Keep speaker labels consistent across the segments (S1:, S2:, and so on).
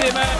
S1: Les mains.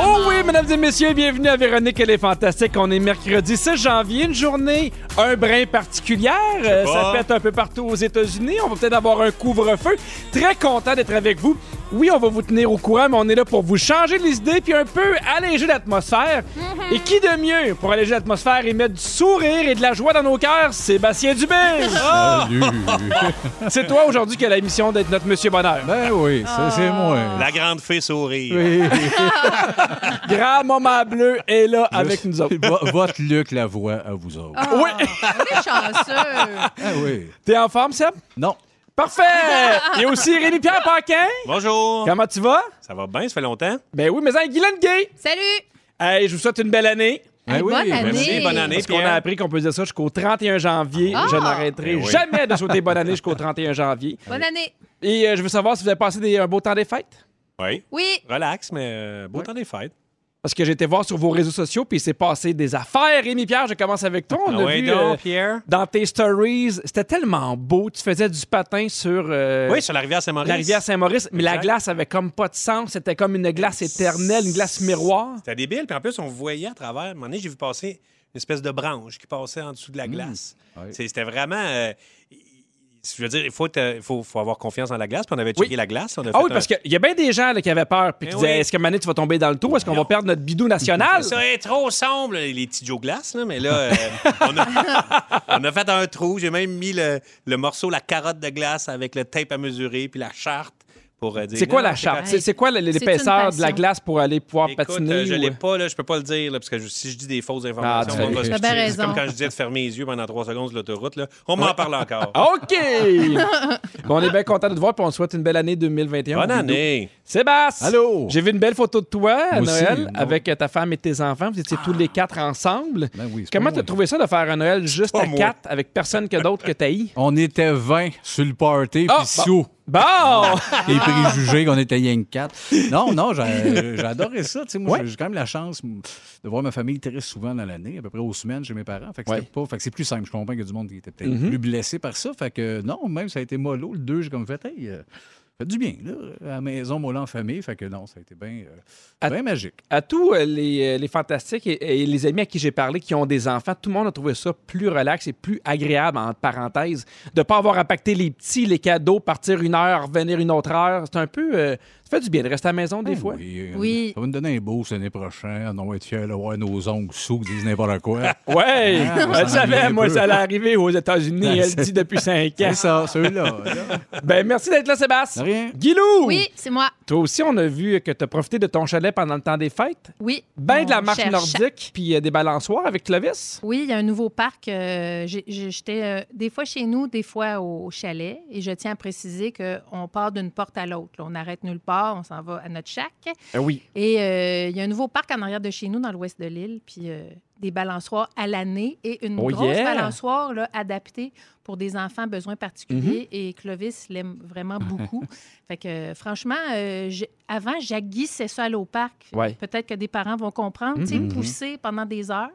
S1: Oh oui, mesdames et messieurs, bienvenue à Véronique, elle est fantastique. On est mercredi 6 janvier, une journée un brin particulière. Euh, Ça pète un peu partout aux États-Unis. On va peut-être avoir un couvre-feu. Très content d'être avec vous. Oui, on va vous tenir au courant, mais on est là pour vous changer les idées puis un peu alléger l'atmosphère. Et qui de mieux pour alléger l'atmosphère et mettre du sourire et de la joie dans nos cœurs? Sébastien Dubé! Ah! C'est toi aujourd'hui qui as la mission d'être notre Monsieur Bonheur.
S2: Ben oui, ça
S1: Ah.
S2: c'est moi.
S3: La grande fée sourit.
S1: Grand Maman Bleu est là avec nous autres.
S2: Vo- Votre Luc la voix à vous autres.
S1: Oui!
S4: On est chanceux.
S2: Ah oui.
S1: T'es en forme, Seb?
S2: Non.
S1: Parfait! Il y a aussi Rémi-Pierre Paquin.
S3: Bonjour.
S1: Comment tu vas?
S3: Ça va bien, ça fait longtemps.
S1: Ben oui, mais en Guylaine Gay.
S4: Salut.
S1: Hey, je vous souhaite une belle année.
S2: Ben
S4: Hey,
S2: oui,
S4: bonne année.
S3: Merci, bonne année,
S1: Parce qu'on a
S3: Pierre.
S1: appris qu'on peut dire ça jusqu'au 31 janvier. Je n'arrêterai
S3: Ben oui.
S1: jamais de souhaiter bonne année jusqu'au 31 janvier.
S4: Bonne année.
S1: Et euh, je veux savoir si vous avez passé des- un beau temps des fêtes.
S3: Oui.
S4: Oui.
S3: Relax, mais euh, beau temps des fêtes.
S1: Parce que j'ai été voir sur vos réseaux sociaux, puis il s'est passé des affaires. Rémi-Pierre, je commence avec toi. On
S3: Ah
S1: a
S3: ouais,
S1: vu
S3: donc,
S1: euh,
S3: Pierre.
S1: dans tes stories, c'était tellement beau. Tu faisais du patin sur... euh,
S3: Oui, sur la rivière Saint-Maurice.
S1: la rivière Saint-Maurice, mais la
S3: Exact.
S1: glace avait comme pas de sens. C'était comme une glace éternelle, une glace miroir.
S3: C'était débile. Puis en plus, on voyait à travers. À un moment donné, j'ai vu passer une espèce de branche qui passait en dessous de la
S1: Mmh.
S3: glace.
S2: Ouais.
S3: C'est- C'était vraiment. euh, je veux dire, il faut, être- euh, il faut, faut avoir confiance dans la glace. Puis on avait checké
S1: Oui.
S3: la glace. On a
S1: Ah
S3: fait
S1: oui,
S3: un-
S1: parce qu'il y a bien des gens là, qui avaient peur puis qui
S3: Eh
S1: disaient
S3: oui.
S1: Est-ce que Mané, tu vas tomber dans le trou Est-ce qu'on va perdre notre bidou national
S3: Ça est trop sombre, les les petits Joe Glass, là, mais là, euh, on, a, on a fait un trou. J'ai même mis le, le morceau, la carotte de glace avec le tape à mesurer, puis la charte pour euh, dire.
S1: C'est quoi
S3: non,
S1: la charte
S3: correct.
S1: C'est c'est quoi l'épaisseur
S4: une
S1: de la
S4: passion.
S1: glace pour aller pouvoir
S3: Écoute,
S1: patiner
S3: euh, je
S1: ou-
S3: l'ai pas, là, je peux pas le dire, là, parce que je- si je dis des fausses
S1: Ah, tu
S3: informations, on va
S1: fais-
S3: se
S1: T'as
S4: bien
S3: tuer. C'est
S4: raison.
S3: comme quand je disais de fermer les yeux pendant trois secondes sur l'autoroute. là. On m'en parle encore.
S1: OK Bon, On est bien content de te voir puis on te souhaite une belle année 2021.
S3: Bonne
S1: bidou.
S3: année!
S1: Sébastien
S2: Allô?
S1: J'ai vu une belle photo de toi à
S2: Moi aussi,
S1: Noël
S2: moi.
S1: avec euh, ta femme et tes enfants. Vous étiez tous les quatre ensemble.
S2: Ben oui, c'est
S1: Comment
S2: pas
S1: t'as
S2: moi.
S1: trouvé ça de faire un Noël juste
S3: Pas
S1: à
S3: moi.
S1: quatre avec personne que d'autre que t'haïs?
S2: On était 20 sur le party,
S1: Ah,
S2: puis sous.
S1: Bon!
S2: Les préjugés qu'on était Yang 4. Non, non, j'a- j'adorais ça. tu sais, Moi,
S1: Ouais.
S2: j'ai j'ai quand même la chance m- de voir ma famille très souvent dans l'année, à peu près aux semaines chez mes parents. Fait que c'était
S1: Ouais.
S2: pas-
S1: Mm-hmm.
S2: fait que c'est plus simple. Je comprends qu'il y a du monde qui était peut-être plus blessé par ça. Fait que non, même ça a été mollo. Le 2, j'ai comme fait, hey, euh, fait du bien, là, à la maison, mollo en famille. Fait que non, ça a été bien
S1: À-
S2: magique.
S1: À tous euh, les, euh, les fantastiques et, et les amis à qui j'ai parlé qui ont des enfants, tout le monde a trouvé ça plus relax et plus agréable, entre parenthèses, de pas avoir à pacter les petits, les cadeaux, partir une heure, revenir une autre heure. C'est un peu... euh, ça fait du bien de rester à la maison des
S2: Eh
S1: fois.
S2: Oui, euh,
S4: Oui.
S2: Ça va nous donner un beau l'année prochaine. On va être fiers d'avoir nos ongles sous qui disent n'importe quoi.
S1: Ouais,
S2: Ah, on s'en
S1: elle savait,
S2: ennuie
S1: moi,
S2: un peu.
S1: ça allait arriver aux États-Unis,
S2: Ouais,
S1: elle
S2: c'est-
S1: dit depuis cinq ans.
S2: C'est ça, ceux-là. là.
S1: Ben, merci d'être là, Sébastien.
S2: De rien.
S1: Guilou!
S4: Oui, c'est moi.
S1: Toi aussi, on a vu que tu as profité de ton chalet pendant le temps des fêtes.
S4: Oui.
S1: Ben
S4: On
S1: de la marche
S4: cherche.
S1: nordique, puis euh, des balançoires avec Clovis.
S4: Oui, il y a un nouveau parc. euh, j'ai- j'ai- J'étais euh, des fois chez nous, des fois au chalet. Et je tiens à préciser qu'on part d'une porte à l'autre. là. On n'arrête nulle part, on s'en va à notre shack.
S1: oui.
S4: Et euh, il y a un nouveau parc en arrière de chez nous, dans l'ouest de l'île, puis euh, des balançoires à l'année et une
S1: Oh
S4: grosse
S1: yeah!
S4: balançoire là, adaptée pour des enfants à besoins particuliers.
S1: Mm-hmm.
S4: Et Clovis l'aime vraiment beaucoup. fait que euh, franchement, euh, j'ai- avant, j'aguissais ça aller au parc.
S1: Ouais. Mm-hmm.
S4: Peut-être que des parents vont comprendre, tu sais,
S2: Mhm.
S4: pousser pendant des heures.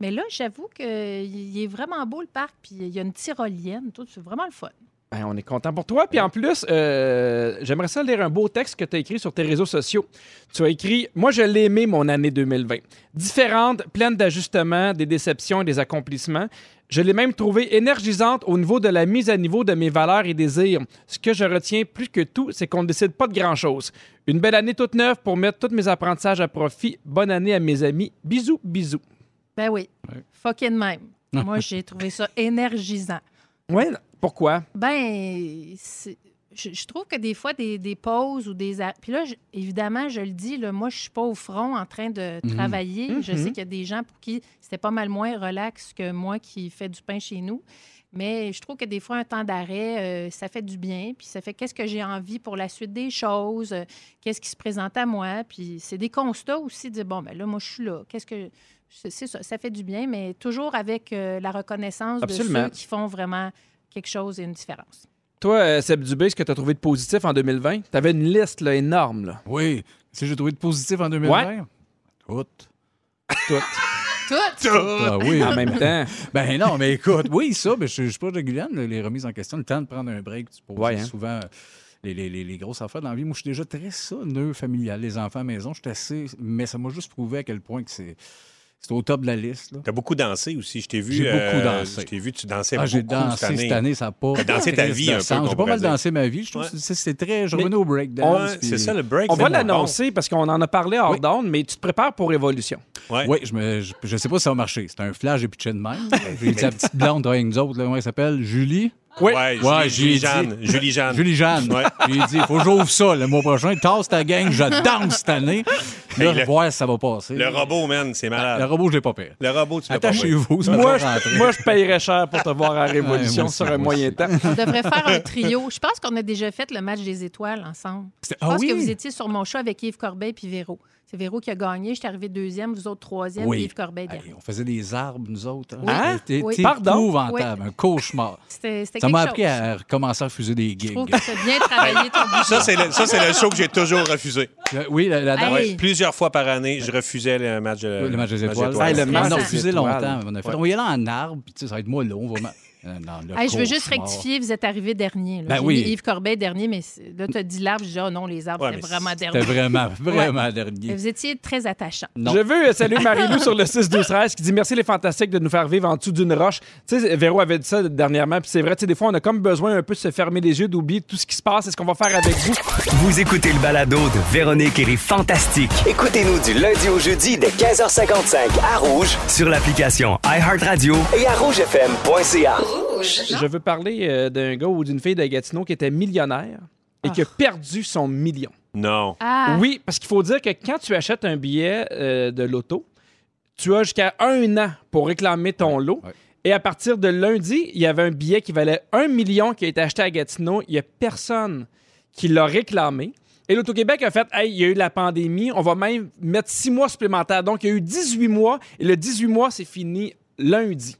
S4: Mais là, j'avoue qu'il est vraiment beau le parc, puis il y a une tyrolienne, tout, c'est vraiment le fun.
S1: Ben, on est content pour toi. Puis en plus, euh, j'aimerais ça lire un beau texte que tu as écrit sur tes réseaux sociaux. Tu as écrit Moi, je l'ai aimé, mon année 2020. Différente, pleine d'ajustements, des déceptions et des accomplissements. Je l'ai même trouvée énergisante au niveau de la mise à niveau de mes valeurs et désirs. Ce que je retiens plus que tout, c'est qu'on ne décide pas de grand-chose. Une belle année toute neuve pour mettre tous mes apprentissages à profit. Bonne année à mes amis. Bisous, bisous.
S4: Ben oui,
S2: Ouais.
S4: fucking même. Moi, j'ai trouvé ça énergisant.
S1: Ouais, pourquoi?
S4: Ben, c'est- je, je trouve que des fois, des, des pauses ou des... ar- Puis là, je- évidemment, je le dis, là, moi, je suis pas au front en train de
S2: Mhm.
S4: travailler. Je
S1: Mhm.
S4: sais qu'il y a des gens pour qui c'était pas mal moins relax que moi qui fais du pain chez nous. Mais je trouve que des fois, un temps d'arrêt, euh, ça fait du bien. Puis ça fait qu'est-ce que j'ai envie pour la suite des choses, euh, qu'est-ce qui se présente à moi. Puis c'est des constats aussi de dire, bon, ben là, moi, je suis là. Qu'est-ce que... C'est c'est ça, ça fait du bien, mais toujours avec euh, la reconnaissance
S1: Absolument.
S4: de ceux qui font vraiment quelque chose et une différence.
S1: Toi, euh, Seb Dubé, ce que tu as trouvé de positif en 2020, tu avais une liste là, énorme. Là.
S2: Oui. Si j'ai trouvé de positif en 2020? Tout.
S4: Tout!
S2: Ah oui.
S1: En même temps,
S2: Ben non, mais écoute, oui, ça, ben, je je suis pas de Guyane, là, les remises en question, le temps de prendre un break, tu poses
S1: Ouais, hein.
S2: souvent euh, les, les- les- les grosses affaires dans la vie. Moi, je suis déjà très ça, nœud familial, les enfants à la maison, je suis assez, mais ça m'a juste prouvé à quel point que c'est c'est au top de la liste. là.
S3: T'as beaucoup dansé aussi, je t'ai vu. euh,
S2: J'ai beaucoup dansé.
S3: Je t'ai vu, tu dansais
S2: Ah,
S3: beaucoup
S2: j'ai dansé cette année, ça n'a pas.
S3: T'as dansé ta vie un peu, qu'on
S2: J'ai pas
S3: pourrait
S2: mal
S3: dire.
S2: dansé ma vie. Je trouve
S3: Ouais.
S2: que c'est- c'est très. Je revenais au breakdance.
S3: Ouais,
S2: puis-
S3: c'est ça le break.
S1: on va
S3: c'est bon.
S1: l'annoncer parce qu'on en a parlé hors
S2: Oui.
S1: d'onde, mais tu te prépares pour Révolution.
S3: Ouais.
S2: Oui, je, me, je, je sais pas si ça va marcher. C'est un flash, j'ai pitché de même. J'ai dit à la petite blonde, travaille avec nous autres, là, comment elle s'appelle? Julie?
S3: Ouais,
S2: Ouais, j'ai
S3: Julie
S2: dit-
S3: Jeanne. Julie Jeanne.
S2: Julie Jeanne.
S3: Ouais.
S2: J'ai dit, faut que j'ouvre ça le mois prochain. Tasse ta gang, je danse cette année. Là,
S3: Hey, le-
S2: voir si ça va passer.
S3: Le robot, man, c'est
S2: Ah, Le
S3: malade.
S2: robot, je l'ai pas payé.
S3: Le robot, tu l'as pas vu.
S2: Attachez-vous, c'est
S1: Moi,
S2: pas
S1: je,
S2: rentré.
S1: moi, je payerais cher pour te voir à
S2: Ouais,
S1: Révolution
S2: moi aussi,
S1: sur
S2: moi
S1: un moyen
S2: aussi.
S1: temps.
S4: On devrait faire un trio. Je pense qu'on a déjà fait le match des étoiles ensemble.
S2: C'était-
S4: Je
S2: ah
S4: pense
S2: oui?
S4: que vous étiez sur mon chat avec Yves Corbeil puis Véro. C'est Véro qui a gagné. J'étais arrivé deuxième, vous autres troisième,
S2: Oui.
S4: puis Yves Corbeil
S2: Hey,
S4: dernier.
S2: on faisait des arbres, nous autres.
S4: Oui.
S1: Hein?
S2: C'était
S4: Oui.
S1: Pardon?
S2: épouvantable, un cauchemar.
S4: C'était c'était
S2: Ça
S4: quelque
S2: m'a
S4: chose.
S2: appris à recommencer à refuser des
S4: Je trouve
S2: gigs.
S4: que tu as bien travaillé ton budget.
S3: Ça, c'est le, ça, c'est le show que j'ai toujours refusé.
S2: Euh, Oui, la, la
S4: Hey.
S2: danse.
S3: Ouais, Plusieurs fois par année, je refusais le match, de
S2: Le match des étoiles.
S1: Hey, le match
S2: on a
S1: des
S2: refusé
S1: étoiles.
S2: longtemps. On, a fait,
S3: Ouais.
S2: on va y aller en arbre, puis tu sais, ça va être moi long. On va ma- Euh, non, le
S4: Hey, je veux juste
S2: cauchemar.
S4: rectifier, vous êtes arrivé dernier. là.
S2: Ben
S4: J'ai
S2: oui.
S4: mis Yves Corbeil dernier, mais c'est- là, tu as dit l'arbre. Je dis, oh non, les arbres,
S3: Ouais,
S4: c'était
S3: mais
S4: vraiment
S2: C'était
S4: dernier.
S2: vraiment, vraiment dernier.
S4: Mais Vous étiez très attachant.
S2: Non.
S1: Je veux euh, saluer Marie-Lou sur le 6 12 13 qui dit merci les fantastiques de nous faire vivre en dessous d'une roche. Tu sais, Véro avait dit ça dernièrement, puis c'est vrai, tu sais, des fois on a comme besoin un peu de se fermer les yeux, d'oublier tout ce qui se passe et ce qu'on va faire avec vous.
S5: Vous écoutez le balado de Véronique et les Fantastiques
S6: Écoutez-nous du lundi au jeudi dès 15h55 à Rouge
S5: sur l'application iHeartRadio.
S6: et à rougefm.ca.
S1: Je veux parler euh, d'un gars ou d'une fille de Gatineau qui était millionnaire et qui a
S2: Ah.
S1: perdu son million.
S3: Non.
S4: Ah,
S1: Oui, parce qu'il faut dire que quand tu achètes un billet euh, de loto, tu as jusqu'à un an pour réclamer ton lot.
S2: ouais.
S1: Et à partir de lundi, il y avait un billet qui valait un million qui a été acheté à Gatineau. Il n'y a personne qui l'a réclamé. Et l'Auto-Québec a fait Hey, il y a eu la pandémie, on va même mettre six mois supplémentaires. Donc, il y a eu 18 mois. Et le 18 mois, c'est fini lundi.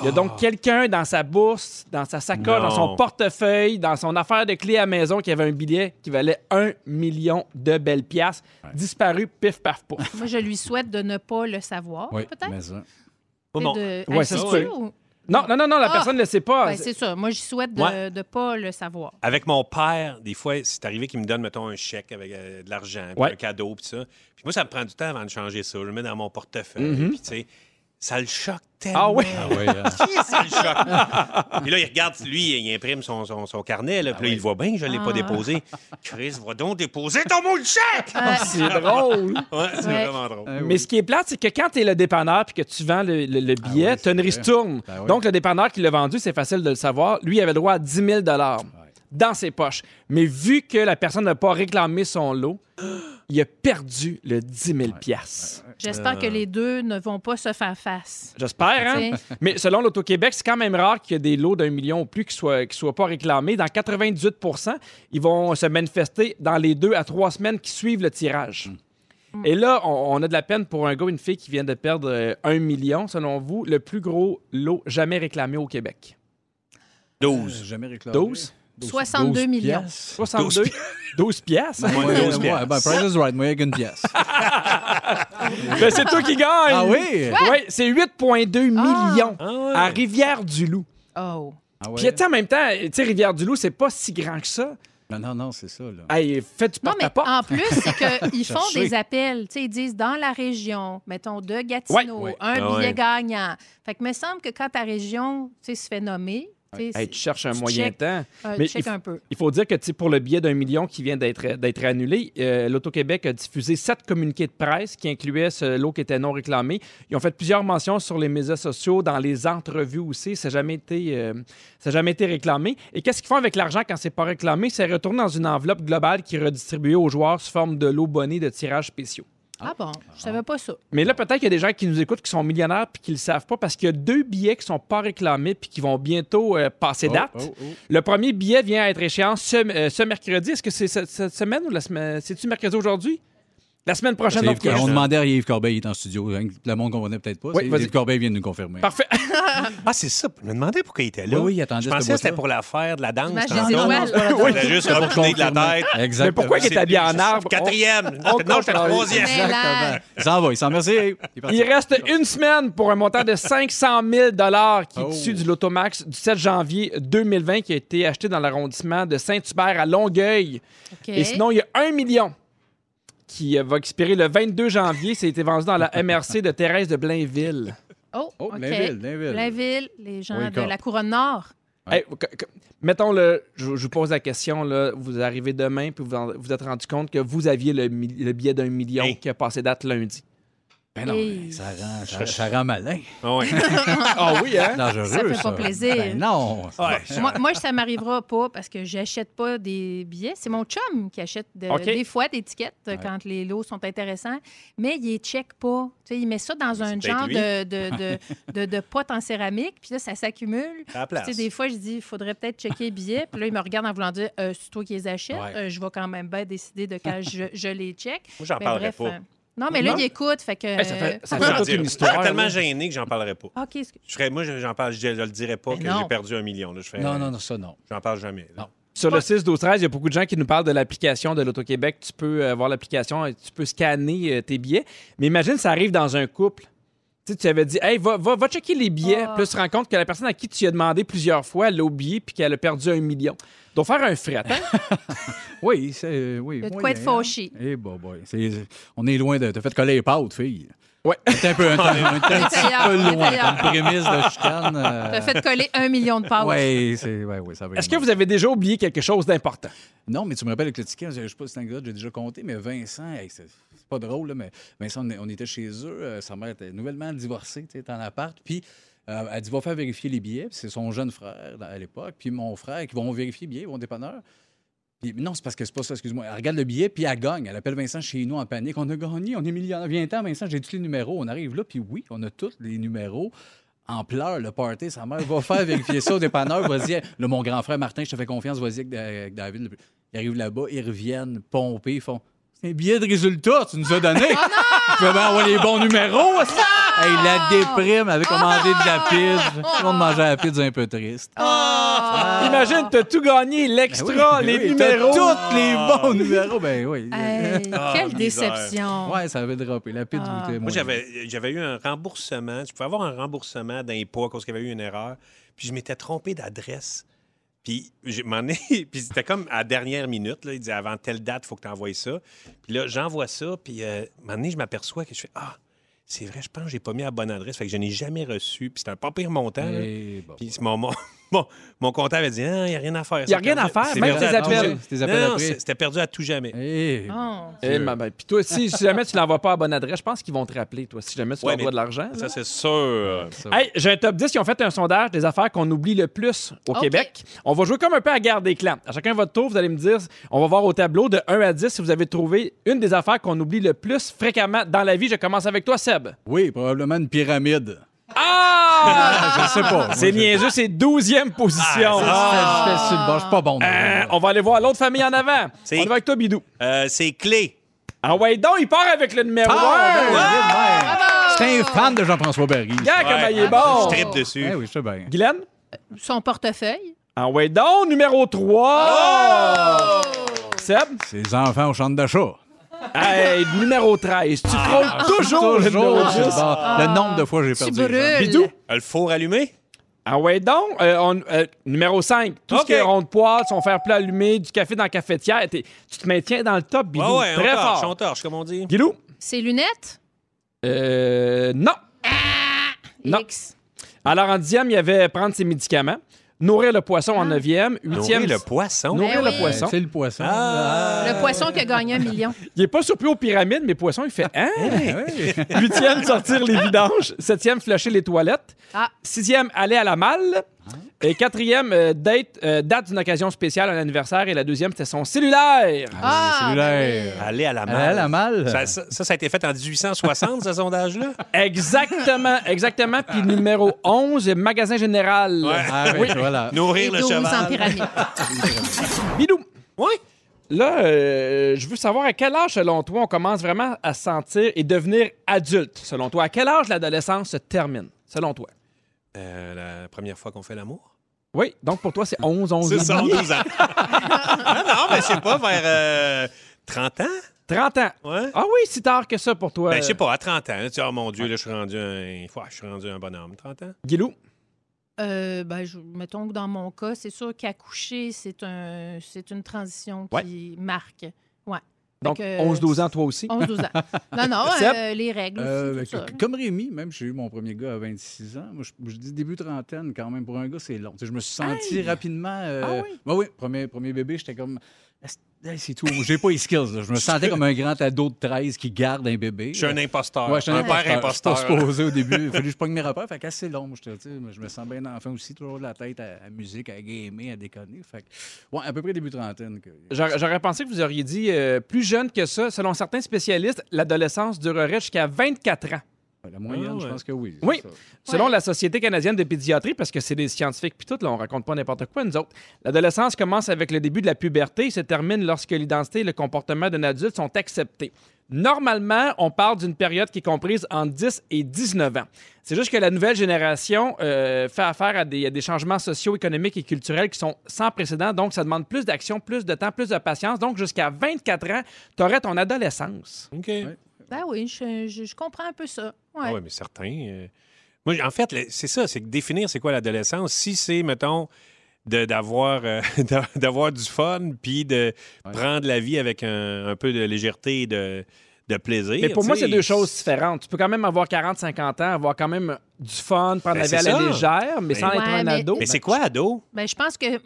S1: Il y a donc quelqu'un dans sa bourse, dans sa sacoche,
S3: Non.
S1: dans son portefeuille, dans son affaire de clé à maison qui avait un billet qui valait un million de belles piastres, disparu pif paf pouf.
S4: moi, je lui souhaite de ne pas le savoir,
S2: Oui,
S4: peut-être.
S2: mais ça.
S3: Pas bon.
S4: De...
S1: Ouais,
S4: Elle
S1: ça
S4: sait-tu
S1: se peut.
S4: ou-
S1: Non, non, non, non, la
S4: Ah!
S1: personne ne le sait pas.
S4: Ben, c'est ça. Moi, j'y souhaite de ne
S3: Ouais.
S4: pas le savoir.
S3: Avec mon père, des fois, c'est arrivé qu'il me donne, mettons, un chèque avec euh, de l'argent, puis
S1: Ouais.
S3: un cadeau, puis ça. Puis moi, ça me prend du temps avant de changer ça. Je le mets dans mon portefeuille, puis tu sais, ça le choque tellement.
S1: Ah oui?
S2: Ah oui, hein.
S3: ça le choque. Puis là, il regarde, lui, il imprime son, son, son carnet, là, puis là, il voit bien que je ne l'ai
S4: Ah.
S3: pas déposé. Chris, va donc déposer ton mot de chèque!
S1: c'est drôle.
S3: Ouais, c'est
S4: Ouais.
S3: vraiment drôle.
S2: Eh
S1: Mais ce qui est plate, c'est que quand tu es le dépanneur puis que tu vends le, le- le billet,
S2: ouais,
S1: tu as une
S2: Ah c'est vrai.
S1: ristourne.
S2: Ben oui.
S1: Donc, le dépanneur qui l'a vendu, c'est facile de le savoir. Lui, il avait droit à 10 000 dans ses poches. Mais vu que la personne n'a pas réclamé son lot, il a perdu le 10 000 piastres.
S4: Ah, J'espère que les deux ne vont pas se faire face.
S1: J'espère, hein?
S4: Tu
S1: Mais selon l'Auto-Québec, c'est quand même rare qu'il y ait des lots d'un million ou plus qui ne soient, qui soient pas réclamés. Dans 98 ils vont se manifester dans les deux à trois semaines qui suivent le tirage. Et là, on, on a de la peine pour un gars ou une fille qui vient de perdre euh, un million, selon vous, le plus gros lot jamais réclamé au Québec.
S3: 12.
S2: Jamais réclamé.
S1: 12?
S4: 62 millions.
S2: piastres.
S1: 62? 12 piastres?
S2: Moi,
S3: Ouais,
S2: moi,
S3: 12
S2: moi, ben, Price is right, moi, avec une pièce.
S1: Ben, c'est toi qui gagne!
S2: Ah oui?
S1: Oui, c'est 8,2
S4: Ah.
S1: millions
S3: Ah ouais.
S1: à Rivière-du-Loup.
S4: Oh.
S2: Ah
S1: Puis, tu sais, en même temps, tu sais, Rivière-du-Loup, c'est pas si grand que ça.
S2: Non, non, non, c'est ça. Là.
S1: Hey, fais du
S4: Non, mais
S1: porte-à-porte.
S4: en plus, c'est qu'ils font
S2: Chercher.
S4: des appels. Tu sais, ils disent dans la région, mettons de Gatineau,
S1: Ouais, ouais.
S4: un
S3: Ah
S4: billet
S3: ouais.
S4: gagnant. Fait que me semble que quand ta région tu sais, se fait nommer, Tu sais,
S1: Hey, tu cherches un
S4: tu
S1: moyen
S4: check-
S1: temps.
S4: c'est- euh,
S1: mais
S4: check
S1: il f-
S4: un peu.
S1: Il faut dire que tu sais, pour le billet d'un million qui vient d'être d'être annulé, euh, l'Auto-Québec a diffusé sept communiqués de presse qui incluaient ce lot qui était non réclamé. Ils ont fait plusieurs mentions sur les médias sociaux, dans les entrevues aussi. Ça n'a jamais, été, euh, ça a jamais été réclamé. Et qu'est-ce qu'ils font avec l'argent quand c'est pas réclamé? C'est retourné dans une enveloppe globale qui est redistribuée aux joueurs sous forme de lots bonnets de tirages spéciaux.
S4: Ah bon, je savais pas ça.
S1: Mais là, peut-être qu'il y a des gens qui nous écoutent qui sont millionnaires puis qui ne le savent pas parce qu'il y a deux billets qui sont pas réclamés puis qui vont bientôt euh, passer
S2: Oh,
S1: date.
S2: oh, oh.
S1: Le premier billet vient à être échéance ce, euh, ce mercredi. Est-ce que c'est ce- cette semaine ou la semaine? C'est-tu mercredi aujourd'hui? La semaine prochaine,
S2: C'est
S1: donc. euh,
S2: Yves- on demandait à Yves Corbeil, il est en studio. hein, Le monde ne comprenait peut-être pas.
S1: Oui,
S2: C'est-
S1: vas-y.
S2: Yves Corbeil vient de nous confirmer.
S1: Parfait.
S3: Ah, c'est ça. Je me demandais pourquoi il était là.
S2: Oui, oui, il attendait
S3: Je
S2: ce
S3: pensais que c'était
S2: bout-là.
S3: pour l'affaire de la danse.
S4: L'image des
S3: tantôt.
S4: étoiles.
S3: Il a juste reculé de la tête.
S2: Exactement.
S1: Mais pourquoi il est habillé en arbre?
S3: Quatrième.
S1: On- on
S3: Non, j'étais
S1: comprend.
S3: troisième.
S4: Mais là,
S2: Il s'en va, il s'en va. c'est- Il, est
S1: On-
S2: parti.
S1: Il reste une semaine pour un montant de 500 000 qui est
S2: Oh.
S1: issu du Lotomax du 7 janvier 2020 qui a été acheté dans l'arrondissement de Saint-Hubert à Longueuil.
S4: OK.
S1: Et sinon, il y a un million qui euh, va expirer le 22 janvier. Ça a été vendu dans la MRC de Thérèse de Blainville.
S4: oh,
S2: Oh,
S4: OK.
S2: Blainville, Blainville.
S4: Blainville, les gens
S2: Oui,
S4: de
S2: quand-
S4: la couronne nord.
S2: Ouais.
S1: Hey, que- que- mettons, le, je, je vous pose la question, là, vous arrivez demain, puis vous en- vous êtes rendu compte que vous aviez le, mi- le billet d'un million
S3: Hey.
S1: qui a passé date lundi.
S2: Ben non,
S4: Hey.
S2: mais ça rend, ça, ça rend malin.
S3: Ah ouais.
S1: Ah oui, hein?
S2: Dangereux,
S4: Ça fait pas plaisir.
S2: Ben non.
S3: Ouais.
S4: Moi, moi, ça m'arrivera pas parce que j'achète pas des billets. C'est mon chum qui achète de-
S1: OK.
S4: des fois des tickets euh, quand les lots sont intéressants, mais il les check pas. Tu sais, il met ça dans un
S3: c'est
S4: genre de,
S3: peut-être
S4: de, de, de- de pot en céramique, puis là, ça s'accumule.
S3: À la
S4: Puis,
S3: place.
S4: tu sais, des fois, je dis, il faudrait peut-être checker les billets. Puis là, il me regarde en voulant dire, Euh, c'est toi qui les achètes.
S2: Ouais.
S4: Euh, je vais quand même bien décider de quand je, je les check.
S3: Moi, j'en
S4: Ben,
S3: parlerai
S4: bref,
S3: pas.
S4: euh, Non, mais là,
S1: Non.
S4: il écoute. Fait que. Ah,
S1: Hey, ça fait, ça fait
S3: J'en
S1: toute
S3: dirais-
S1: une
S3: Je
S1: histoire.
S3: suis tellement
S1: là.
S3: gêné que j'en parlerai pas.
S4: OK, excuse-
S3: Je serais, moi, j'en parle, je, je le dirais pas
S4: Mais
S3: que
S4: non.
S3: j'ai perdu un million. Là. Je fais,
S2: Non, non, non, ça non.
S3: J'en parle jamais. là.
S2: Non.
S1: Sur le 6, 12, 13, il y a beaucoup de gens qui nous parlent de l'application de l'Auto-Québec. Tu peux avoir l'application et tu peux scanner euh, tes billets. Mais imagine, ça arrive dans un couple. Tu sais, tu avais dit, hey, va, va, va checker les billets.
S4: Ah.
S1: Puis là, tu te rends compte que la personne à qui tu as demandé plusieurs fois, elle l'a oublié puis qu'elle a perdu un million. Donc, faire un fret. hein?
S2: Oui, c'est. Oui,
S4: Il y a de
S2: moyen,
S4: quoi être fâché.
S2: hein. Eh, bah, bah, c'est- On est loin de. T'as fait coller les pâtes, fille.
S1: Ouais.
S2: T'es un peu, un, un-
S4: ailleurs,
S2: un petit
S4: on est
S2: peu loin.
S4: ailleurs.
S2: Comme prémisse de chicane. euh,
S4: T'as fait coller un million de pages.
S2: Ouais, c'est. Ouais, ouais, ça va
S1: Est-ce que vous avez déjà oublié quelque chose d'important?
S2: Non, mais tu me rappelles avec le ticket, je sais pas si c'est un gars, j'ai déjà compté, mais Vincent, hey, c'est c'est pas drôle, là, mais Vincent, on, est- on était chez eux, euh, sa mère était nouvellement divorcée, tu sais, en appart, puis euh, elle dit, va faire vérifier les billets, Puis c'est son jeune frère dans- à l'époque, puis mon frère, qui vont vérifier les billets, ils vont au dépanneur. Puis, non, c'est parce que c'est pas ça, excuse-moi. Elle regarde le billet, puis elle gagne. Elle appelle Vincent chez nous en panique. On a gagné, on est millionnaire. Viens-t'en, Vincent, j'ai tous les numéros. On arrive là, puis oui, on a tous les numéros. En pleurs, le party, sa mère va faire vérifier ça au dépanneur. Vas-y, là, mon grand frère Martin, je te fais confiance, vas-y avec, Da- avec David. Ils arrivent là-bas, ils reviennent pompés, ils font C'est un billet de résultat, tu nous as donné.
S4: Oh
S2: Tu veux bien avoir les bons numéros. ça. Hey, la déprime, avait commandé de la pizza. Tout le monde mangeait la pizza un peu triste.
S4: Ah!
S1: Imagine, t'as tout gagné, l'extra,
S2: Ben oui,
S1: les
S2: ben oui, t'as
S1: numéros. Ah.
S2: Tous les bons numéros, ben oui.
S4: Hey,
S3: Ah,
S4: quelle
S3: misère.
S4: déception.
S2: Ouais, ça avait droppé. La pizza
S4: Ah.
S2: était
S3: Moi,
S2: moins-
S3: j'avais, euh, j'avais eu un remboursement. Je pouvais avoir un remboursement d'impôt à cause qu'il y avait eu une erreur. Puis je m'étais trompé d'adresse. Puis, je m'en ai- puis c'était comme à la dernière minute. Là, il disait avant telle date, il faut que tu envoies ça. Puis là, j'envoie ça. Puis, euh, un moment donné, je m'aperçois que je fais Ah, c'est vrai, je pense que je n'ai pas mis la bonne adresse. Fait que je n'ai jamais reçu. Puis c'était un pas pire montant. là.
S2: Eh, bon.
S3: Puis c'est mon, mon, mon, mon comptable a dit Ah, il n'y a rien à faire.
S1: Il y a rien à faire,
S3: C'est
S1: même
S3: perdu
S1: tes
S3: à tout
S1: appels.
S3: jamais.
S2: Tes appels
S3: Non, non,
S2: après.
S3: c'est- C'était perdu à tout jamais.
S2: Eh,
S4: Oh.
S1: Eh, ma ben, Puis toi, si, si jamais tu l'envoies pas à bonne adresse, je pense qu'ils vont te rappeler, toi, si jamais tu
S3: Ouais,
S1: leur dois
S3: mais-
S1: de l'argent. là.
S3: Ça, c'est sûr.
S1: Hey, j'ai un top 10. Ils ont fait un sondage des affaires qu'on oublie le plus au
S4: OK.
S1: Québec. On va jouer comme un peu à garde des clans. À chacun votre tour, vous allez me dire, on va voir au tableau de 1 à 10 si vous avez trouvé une des affaires qu'on oublie le plus fréquemment dans la vie. Je commence avec toi, Seb.
S2: Oui, probablement une pyramide.
S1: Ah!
S2: je sais pas.
S1: c'est niaiseux, c'est 12e position.
S2: Ah, j'étais sur le bord. Je suis pas bon.
S1: Euh, on va aller voir l'autre famille en avant.
S3: C'est-
S1: On y va avec toi, Bidou.
S3: Euh, c'est clé.
S1: Ah ouais, donc, il part avec le numéro 1.
S2: Oh, ben,
S3: Ah,
S2: C'est un fan de Jean-François Barry.
S1: Regarde comment
S3: Ouais. hein,
S1: il est bon.
S3: Je tripe dessus.
S2: Eh oui, je sais bien.
S1: Guylaine?
S4: Son portefeuille.
S1: Ah ouais, donc, numéro 3. Seb?
S2: Ses enfants au centre d'achat.
S1: Hey, numéro 13. Tu
S3: Ah,
S1: frôles Ah, toujours le numéro
S2: Toujours sur le
S1: 10.
S2: bord. Le nombre de fois que j'ai
S4: Tu
S2: perdu. les gens.
S4: brûles.
S1: Bidou?
S3: Euh, Le four allumé?
S1: Ah ouais, donc, euh, on- euh, numéro 5. Tout ce
S3: OK.
S1: qui est rond de poêle, son fer plat allumé, du café dans la cafetière. t'es- Tu te maintiens dans le top, Bidou.
S3: Ah ouais, on
S1: Très
S3: torche, on
S1: fort.
S3: torche, comme on dit.
S1: Guilou?
S4: Ses lunettes.
S1: Euh, non. Non.
S4: X.
S1: Alors, en dixième, il y avait prendre ses médicaments. Nourrir le poisson en neuvième. Huitième,
S3: Nourrir le poisson.
S1: Nourrir
S4: Ben
S1: le
S4: oui.
S1: poisson.
S2: C'est Ah, le poisson.
S3: Ah!
S4: Le poisson qui a gagné un million.
S1: Il est pas surpris aux pyramides, mais poisson, il fait « Hein?
S3: Ah,
S2: Eh
S1: Huitième, sortir les vidanges. Septième, flusher les toilettes.
S4: Ah.
S1: Sixième, aller à la malle. Et quatrième, euh, date, euh, date d'une occasion spéciale, un anniversaire. Et la deuxième, c'était son cellulaire.
S4: Ah,
S2: cellulaire.
S4: ben oui.
S3: Aller à la malle.
S2: Elle a mal. Ah,
S3: Ça, ça, ça, ça a été fait en 1860, ce sondage-là?
S1: Exactement, exactement. Puis numéro 11, magasin général.
S2: Ah, oui. voilà.
S4: Et
S3: Nourrir le
S4: 12 en
S3: cheval.
S4: pyramide.
S1: Bidou.
S3: Oui.
S1: Là, euh, je veux savoir à quel âge, selon toi, on commence vraiment à se sentir et devenir adulte, selon toi. À quel âge l'adolescence se termine, selon toi?
S3: Euh, la première fois qu'on fait l'amour?
S1: Oui, donc pour toi, c'est 11, 11
S3: C'est
S1: ans.
S3: ça, 12 ans. non, non, mais je sais pas, vers euh, 30 ans?
S1: 30 ans.
S3: Ouais.
S1: Ah oui, si tard que ça pour toi,
S3: Ben, je sais pas, à 30 ans. là, tu dis, oh mon Dieu, là, je suis rendu un. Ouah, je suis rendu un bonhomme. 30 ans?
S1: Guilou.
S4: Euh, ben, je- mettons que dans mon cas, c'est sûr qu'accoucher, c'est un, c'est une transition qui marque. Ouais. Fait
S1: Donc,
S4: que,
S1: 11-12 ans, toi aussi.
S4: 11-12 ans. Non, non,
S1: Seb?
S4: euh, les règles.
S2: Euh,
S4: aussi, tout
S2: ben,
S4: ça. hein.
S2: que- comme Rémi, même j'ai eu mon premier gars à 26 ans, moi, je, je dis début trentaine quand même. Pour un gars, c'est long. Tu sais, je me suis senti rapidement. euh,
S1: Ah oui?
S2: ben oui, premier, premier bébé, j'étais comme. Est- hey, C'est tout. J'ai pas les skills. là. Je me sentais comme un grand ado de 13 qui garde un bébé.
S3: Je suis un imposteur.
S2: Ouais, je suis un,
S3: père imposteur.
S2: Je suis pas supposé au début. Il fallait que je pogne mes repères. Fait qu'assez long. moi, j'étais, tu sais, Je me sens bien enfant aussi, toujours de la tête à, à musique, à gamer, à déconner. Fait que, ouais, à peu près début trentaine. que-
S1: J'aurais j'aurais pensé que vous auriez dit euh, plus jeune que ça. Selon certains spécialistes, l'adolescence durerait jusqu'à 24 ans.
S2: La moyenne,
S3: Ah ouais.
S2: je pense que oui. c'est
S1: Oui.
S2: ça.
S1: Selon
S4: Ouais.
S1: la Société canadienne de pédiatrie, parce que c'est des scientifiques puis tout, là, on raconte pas n'importe quoi, nous autres. L'adolescence commence avec le début de la puberté et se termine lorsque l'identité et le comportement d'un adulte sont acceptés. Normalement, on parle d'une période qui est comprise entre 10 et 19 ans. C'est juste que la nouvelle génération euh, fait affaire à des, à des changements sociaux, économiques et culturels qui sont sans précédent, donc ça demande plus d'action, plus de temps, plus de patience. Donc jusqu'à 24 ans, tu aurais ton adolescence.
S3: OK.
S4: Ben oui, je, je- je comprends un peu ça. Ouais.
S3: Ah Oui, mais certains. euh, Moi, en fait, le- c'est ça, c'est que définir c'est quoi l'adolescence. Si c'est, mettons, de- d'avoir euh, d'a- d'avoir du fun, puis de prendre la vie avec un, un peu de légèreté et de, de plaisir.
S1: Mais pour moi,
S3: tu
S1: c'est
S3: sais,
S1: deux choses différentes. Tu peux quand même avoir 40, 50 ans, avoir quand même du fun, prendre
S3: Ben,
S1: la vie
S3: c'est
S1: à la
S3: ça.
S1: légère, mais
S3: Ben,
S1: sans être
S4: Ouais,
S1: un
S4: mais-
S1: ado.
S3: Mais c'est quoi, ado?
S4: Ben, je pense que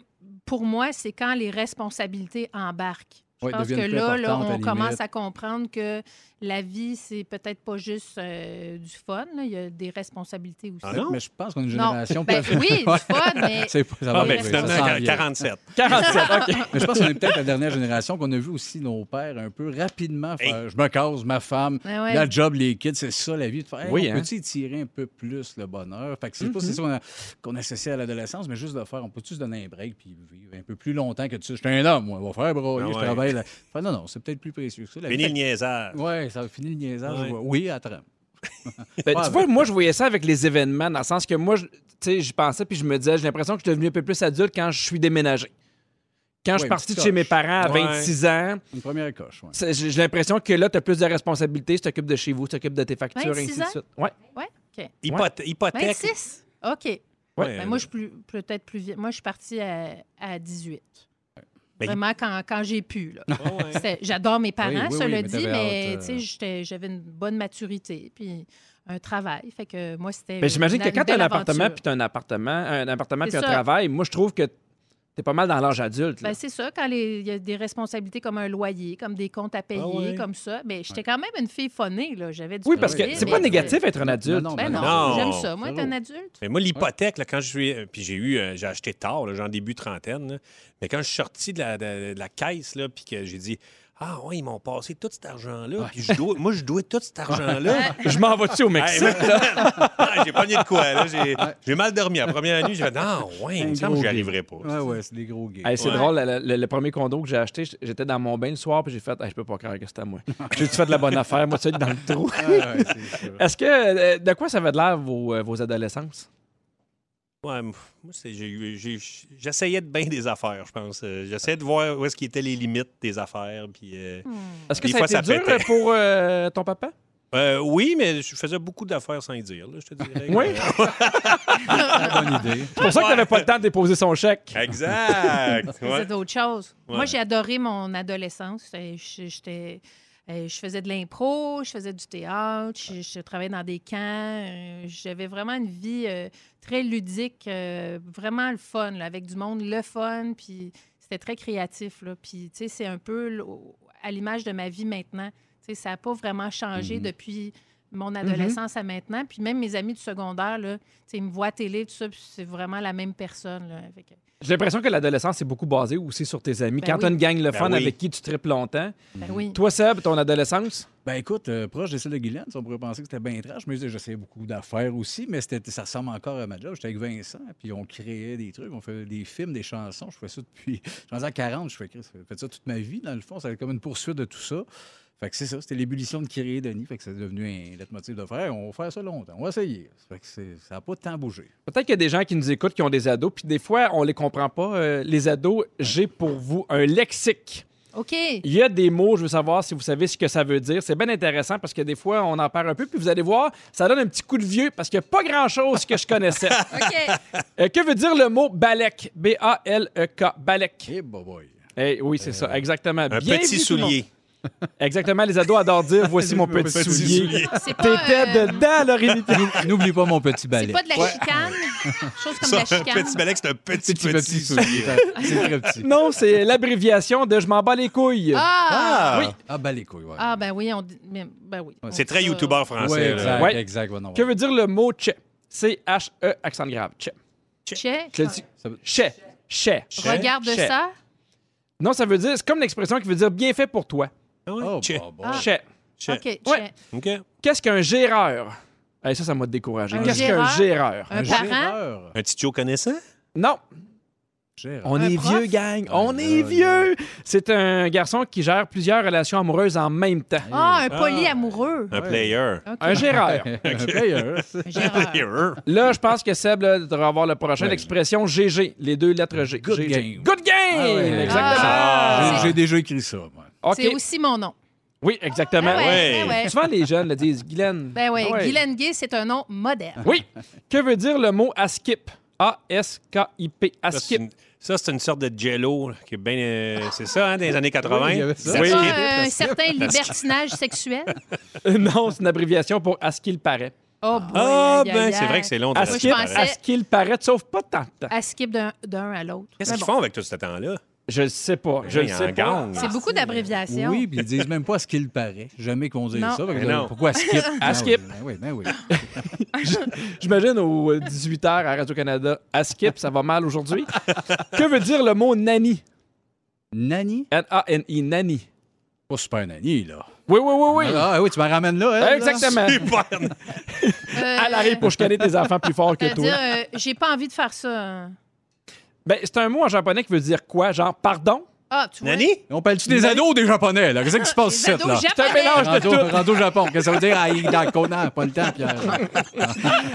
S4: pour moi, c'est quand les responsabilités embarquent. Je
S2: Ouais,
S4: pense que
S2: deviennent plus
S4: là, là,
S2: importantes, à la
S4: on
S2: limite.
S4: commence à comprendre que la vie, c'est peut-être pas juste euh, du fun. là. Il y a des responsabilités aussi.
S3: Ah non?
S2: Mais je pense qu'on est une
S4: Non.
S2: génération
S4: Ben
S2: peut-
S4: oui, du
S2: Ouais.
S4: fun, mais-
S2: C'est pas- ça va
S3: Ah,
S4: ben,
S3: ben
S2: arriver,
S3: finalement,
S2: ça s'en vient.
S3: 47.
S1: 47, Ben, OK.
S2: Mais je pense qu'on est peut-être la dernière génération qu'on a vu aussi nos pères un peu rapidement faire Je me case, ma femme,
S4: Ben ouais.
S2: la job, les kids, c'est ça la vie. De faire, Hey,
S1: Oui,
S2: on
S1: hein. Mm-hmm.
S2: peut-tu étirer un peu plus le bonheur? Fait que c'est pas c'est ça qu'on a- qu'on associe à l'adolescence, mais juste de faire, on peut-tu se donner un break puis vivre un peu plus longtemps que tu sais, je suis un homme, moi, on va faire broyer,
S3: Ah
S2: je
S3: ouais.
S2: travaille. là. Fait, non, non, c'est peut-être plus précieux que ça. la
S3: Fini
S2: vie.
S3: le niaisage.
S2: Ouais, ça va finir le niaisage.
S3: Ouais.
S2: Oui, à trempe. Ouais,
S1: Ben, tu
S2: ben.
S1: vois, moi, je voyais ça avec les événements, dans le sens que moi, je- tu sais, j'y pensais, puis je me disais, j'ai l'impression que je suis devenu un peu plus adulte quand je suis déménagé. Quand je suis
S2: Ouais,
S1: parti de
S2: petite
S1: chez mes
S2: coche.
S1: parents à
S3: Ouais.
S1: 26 ans,
S2: Une première coche, ouais.
S1: c'est- j'ai j'ai l'impression que là, tu as plus de responsabilités, tu t'occupes de chez vous, tu t'occupes de tes factures,
S4: 26
S1: ainsi de
S4: ans? Eh
S1: suite. Ouais.
S4: Ouais, OK.
S3: Hypoth-
S2: Ben,
S3: Hypothèque.
S4: 26? OK.
S3: Ouais,
S4: Ben, moi, je suis plus- peut-être plus vite. Moi, je suis partie à, à 18.
S3: Ben,
S4: Vraiment, quand, quand j'ai pu. là.
S3: Ouais, ouais.
S4: C'était- J'adore mes parents,
S2: Oui, oui,
S4: cela
S2: oui, mais
S4: dit,
S2: t'avais
S4: mais
S2: hâte, euh.
S4: tu sais, j'étais- j'avais une bonne maturité, puis un travail. Fait que moi, c'était.
S1: Ben, J'imagine
S4: une-
S1: que quand
S4: une
S1: tu as un
S4: belle
S1: appartement,
S4: aventure.
S1: puis tu un appartement, un appartement,
S4: C'est
S1: puis un
S4: ça.
S1: travail, moi, je trouve que tu es pas mal dans l'âge adulte. là.
S4: Ben, c'est ça, quand les- il y a des responsabilités comme un loyer, comme des comptes à payer,
S3: ouais.
S4: comme ça. Mais j'étais quand même une fille phonée, là. J'avais du
S1: oui, parce
S4: plaisir,
S1: que c'est
S4: mais
S1: pas
S4: tu-
S1: négatif être un adulte.
S2: hein. Non, non,
S4: Ben non,
S3: Non.
S4: j'aime ça. Moi, être un
S2: Zéro.
S4: adulte.
S3: Mais moi, l'hypothèque, là, quand je suis. euh, Puis j'ai eu. euh, j'ai acheté tard, là, genre début trentaine. là. mais quand je suis sorti de la, de- de la caisse, là, puis que j'ai dit. Ah ouais, ils m'ont passé tout cet argent-là. Puis je dois- moi, je dois tout cet argent-là.
S1: Je m'en vais-tu au
S3: Hey,
S1: Mexique?
S3: man. Ah, j'ai pogné de quoi, là. J'ai, j'ai mal dormi. La première nuit, j'ai fait, non, ouais, il me semble que j'y arriverai pas.
S2: Ouais, ouais, c'est des gros gays.
S1: Hey, c'est
S3: Ouais.
S1: drôle, le, le- le premier condo que j'ai acheté, j- j'étais dans mon bain le soir, puis j'ai fait hey, Je peux pas croire que c'était à moi. J'ai-tu fait de la bonne affaire, moi, tu sais, dans le trou.
S2: Ouais, ouais, c'est ça.
S1: Est-ce que. euh, de quoi ça avait de l'air, vos, euh, vos adolescences?
S3: Ouais, moi, c'est- j'ai eu- j'ai- j'essayais de bien des affaires, je pense. Euh, J'essayais de voir où est-ce qui étaient les limites des affaires. Puis, euh,
S1: Est-ce que
S3: Des
S1: ça a
S3: fois,
S1: été
S3: ça
S1: dur
S3: pétait.
S1: euh, pour euh, ton papa?
S3: euh, oui, mais je faisais beaucoup d'affaires sans y dire, là, je te dirais. Euh,
S1: Oui.
S2: Bonne idée.
S1: C'est pour ça que t'avais pas le temps de déposer son chèque.
S3: Exact.
S4: C'est
S3: Ouais.
S4: d'autres choses.
S3: Ouais.
S4: Moi, j'ai adoré mon adolescence. Euh, j- J'étais Euh, je faisais de l'impro, je faisais du théâtre, je, je travaillais dans des camps. euh, J'avais vraiment une vie euh, très ludique, euh, vraiment le fun, là, avec du monde, le fun. Puis c'était très créatif. Là. Puis, tu sais, c'est un peu l- au- à l'image de ma vie maintenant. Tu sais, ça n'a pas vraiment changé
S2: Mhm.
S4: depuis mon
S3: Mhm.
S4: adolescence à maintenant. Puis même mes amis du secondaire, là, tu sais, ils me voient à télé, tout ça, puis c'est vraiment la même personne. Là, euh, Fait que-
S1: J'ai l'impression que l'adolescence est beaucoup basée aussi sur tes amis.
S4: Ben
S1: Quand t'as
S4: oui.
S1: une gang le
S3: Ben
S1: fun
S3: oui.
S1: avec qui tu tripes longtemps.
S4: Ben
S3: Mhm.
S4: oui.
S1: Toi, Seb, ton adolescence,
S2: Ben écoute, euh, proche de celle de Guylaine, on pourrait penser que c'était bien trash, mais je- j'essayais beaucoup d'affaires aussi, mais c'était- ça ressemble encore à ma job. J'étais avec Vincent, puis on créait des trucs, on faisait des films, des chansons. Je fais ça depuis. J'en ai 40, je fais, Chris, j'ai fait ça toute ma vie, dans le fond. Ça a été comme une poursuite de tout ça. Fait que c'est ça, c'était l'ébullition de créer Denis. Fait que c'est devenu un leitmotiv de faire. On va faire ça longtemps, on va essayer. Fait que c'est- ça n'a pas tant bougé.
S1: peut-être qu'il y a des gens qui nous écoutent qui ont des ados, puis des fois, on les comprend pas. Euh, les ados, j'ai pour vous un lexique.
S4: OK.
S1: Il y a des mots, je veux savoir si vous savez ce que ça veut dire. C'est bien intéressant parce que des fois, on en perd un peu, puis vous allez voir, ça donne un petit coup de vieux parce qu'il n'y a pas grand-chose que je connaissais.
S4: OK.
S1: Euh, que veut dire le mot balek? B-A-L-E-K. E Balek.
S2: Et bah boy.
S1: Eh oui, c'est ça, exactement.
S3: Un
S1: Bien
S3: petit
S1: vu, tout le monde.
S3: soulier.
S1: Exactement, les ados adorent dire voici mon petit, soulier.
S4: C'est pas,
S1: T'étais
S4: euh,
S1: dedans, Laurie
S2: Ah. N'oublie pas mon petit
S4: c'est
S2: balai.
S4: pas de la chicane. Chose comme de
S3: Ça,
S4: la chicane.
S3: un petit balai, c'est un petit,
S2: Petit,
S3: petit,
S2: petit
S3: soulier.
S2: soulier. c'est très petit.
S1: Non, c'est l'abréviation de je m'en bats les couilles.
S4: Ah!
S3: Ah!
S1: Oui.
S2: Ah, balai, quoi, ouais.
S4: Ah, ben oui, on dit- mais- ben oui.
S3: C'est très youtubeur français.
S2: ouais,
S3: là.
S2: exact,
S1: Ouais.
S2: exact. ouais, non,
S1: Que
S2: ouais.
S1: veut dire le mot che? C-H-E, accent grave. Che.
S4: Che,
S1: Je le dis.
S2: Ça-
S1: Che. Che.
S4: Ah, regarde
S1: Che.
S4: ça.
S1: Non, ça veut dire, c'est comme l'expression qui veut dire bien fait pour toi.
S3: Ah oui,
S2: Oh,
S3: check.
S2: bah, bah.
S4: Ah.
S1: Che.
S3: Che.
S4: OK, che.
S1: Ouais.
S3: OK.
S1: Qu'est-ce qu'un géreur? Eh, ça, ça m'a découragé.
S4: Un
S1: Qu'est-ce qu'un
S4: géreur?
S1: géreur?
S4: Un, parent.
S2: géreur.
S3: Un petit Joe connaissant?
S1: Non,
S2: Gérard.
S1: on
S4: Un
S1: est
S4: prof?
S1: vieux, gang. on
S2: là,
S1: est
S2: là.
S1: vieux. C'est un garçon qui gère plusieurs relations amoureuses en même temps.
S4: Ah, un polyamoureux.
S3: Un
S2: Ouais.
S3: player.
S4: OK.
S1: Un géreur.
S2: Un player.
S4: Un
S3: Un
S4: géreur.
S3: player.
S1: Là, je pense que Seb là, devra avoir le prochain,
S2: Ouais.
S1: l'expression GG, les deux lettres G.
S2: Ben Good
S1: GG.
S2: game.
S1: Good game!
S2: Ah ouais.
S1: Exactement.
S3: Ah.
S2: J'ai- J'ai déjà écrit ça, moi.
S1: OK.
S4: C'est aussi mon nom.
S1: Oui, exactement.
S4: Ah ouais,
S3: ouais.
S4: ben ouais.
S1: Souvent, les jeunes le disent. Guylaine.
S4: Ben oui,
S1: Ah ouais.
S4: Guylaine Gay, c'est un nom moderne.
S1: Oui. Que veut dire le mot ASKIP? A-S-K-I-P.
S3: Ça, c'est
S1: ASKIP.
S3: une- Ça, c'est une sorte de jello qui est bien. euh, c'est ça, hein, des années 80?
S2: Oui, il y avait ça.
S4: C'est
S3: Oui.
S4: pas
S3: qui-
S4: un certain libertinage sexuel?
S1: non, c'est une abréviation pour à ce qu'il paraît.
S4: Oh, boy,
S3: Ah,
S4: aïe, aïe,
S3: ben,
S4: aïe.
S3: c'est vrai que c'est long de
S1: À
S4: je
S1: ce
S3: rester
S1: qu'il-
S4: pensais-
S3: pareil.
S1: à ce qu'il paraît, tu sauves pas tant de temps.
S4: À skip d'un d'un à l'autre.
S3: Qu'est-ce
S4: Mais
S3: qu'ils
S4: bon,
S3: font avec tout ce temps-là?
S1: Je le sais pas. Je le
S3: Il y a un
S1: sais pas.
S3: gang.
S4: C'est beaucoup d'abréviations.
S2: Oui, puis ils disent même pas ce qu'il paraît. Jamais qu'on dise
S4: Non.
S2: ça. Fait que
S3: Mais
S2: vous allez-
S3: non.
S2: Pourquoi skip?
S1: Ah,
S2: Ah,
S1: skip.
S2: Oui, ben oui.
S1: J'imagine aux 18h à Radio-Canada, à skip, ça va mal aujourd'hui. que veut dire le mot nanny?
S2: Nani?
S1: N-A-N-I, nanny.
S2: Pas super Nani, là.
S1: Oui, oui, oui, oui.
S2: Ah oui, tu m'en ramènes là, elle, là.
S1: Exactement.
S4: Euh,
S1: Elle arrive pour chicaner tes enfants plus fort que
S4: C'est-à-dire,
S1: toi.
S4: euh, j'ai pas envie de faire ça. hein.
S1: Ben, c'est un mot en japonais qui veut dire quoi? Genre, pardon?
S4: Ah, tu vois.
S3: Nani?
S2: On parle-tu des ados ou des japonais, là? Qu'est-ce qui se passe
S4: Les
S2: ici,
S4: ados
S2: là?
S1: C'est un
S4: japonais.
S1: mélange de
S2: Rando,
S1: tout.
S2: rando au Japon. Qu'est-ce que ça veut dire? Ah, il est dans le Conan, pas le temps, Pierre.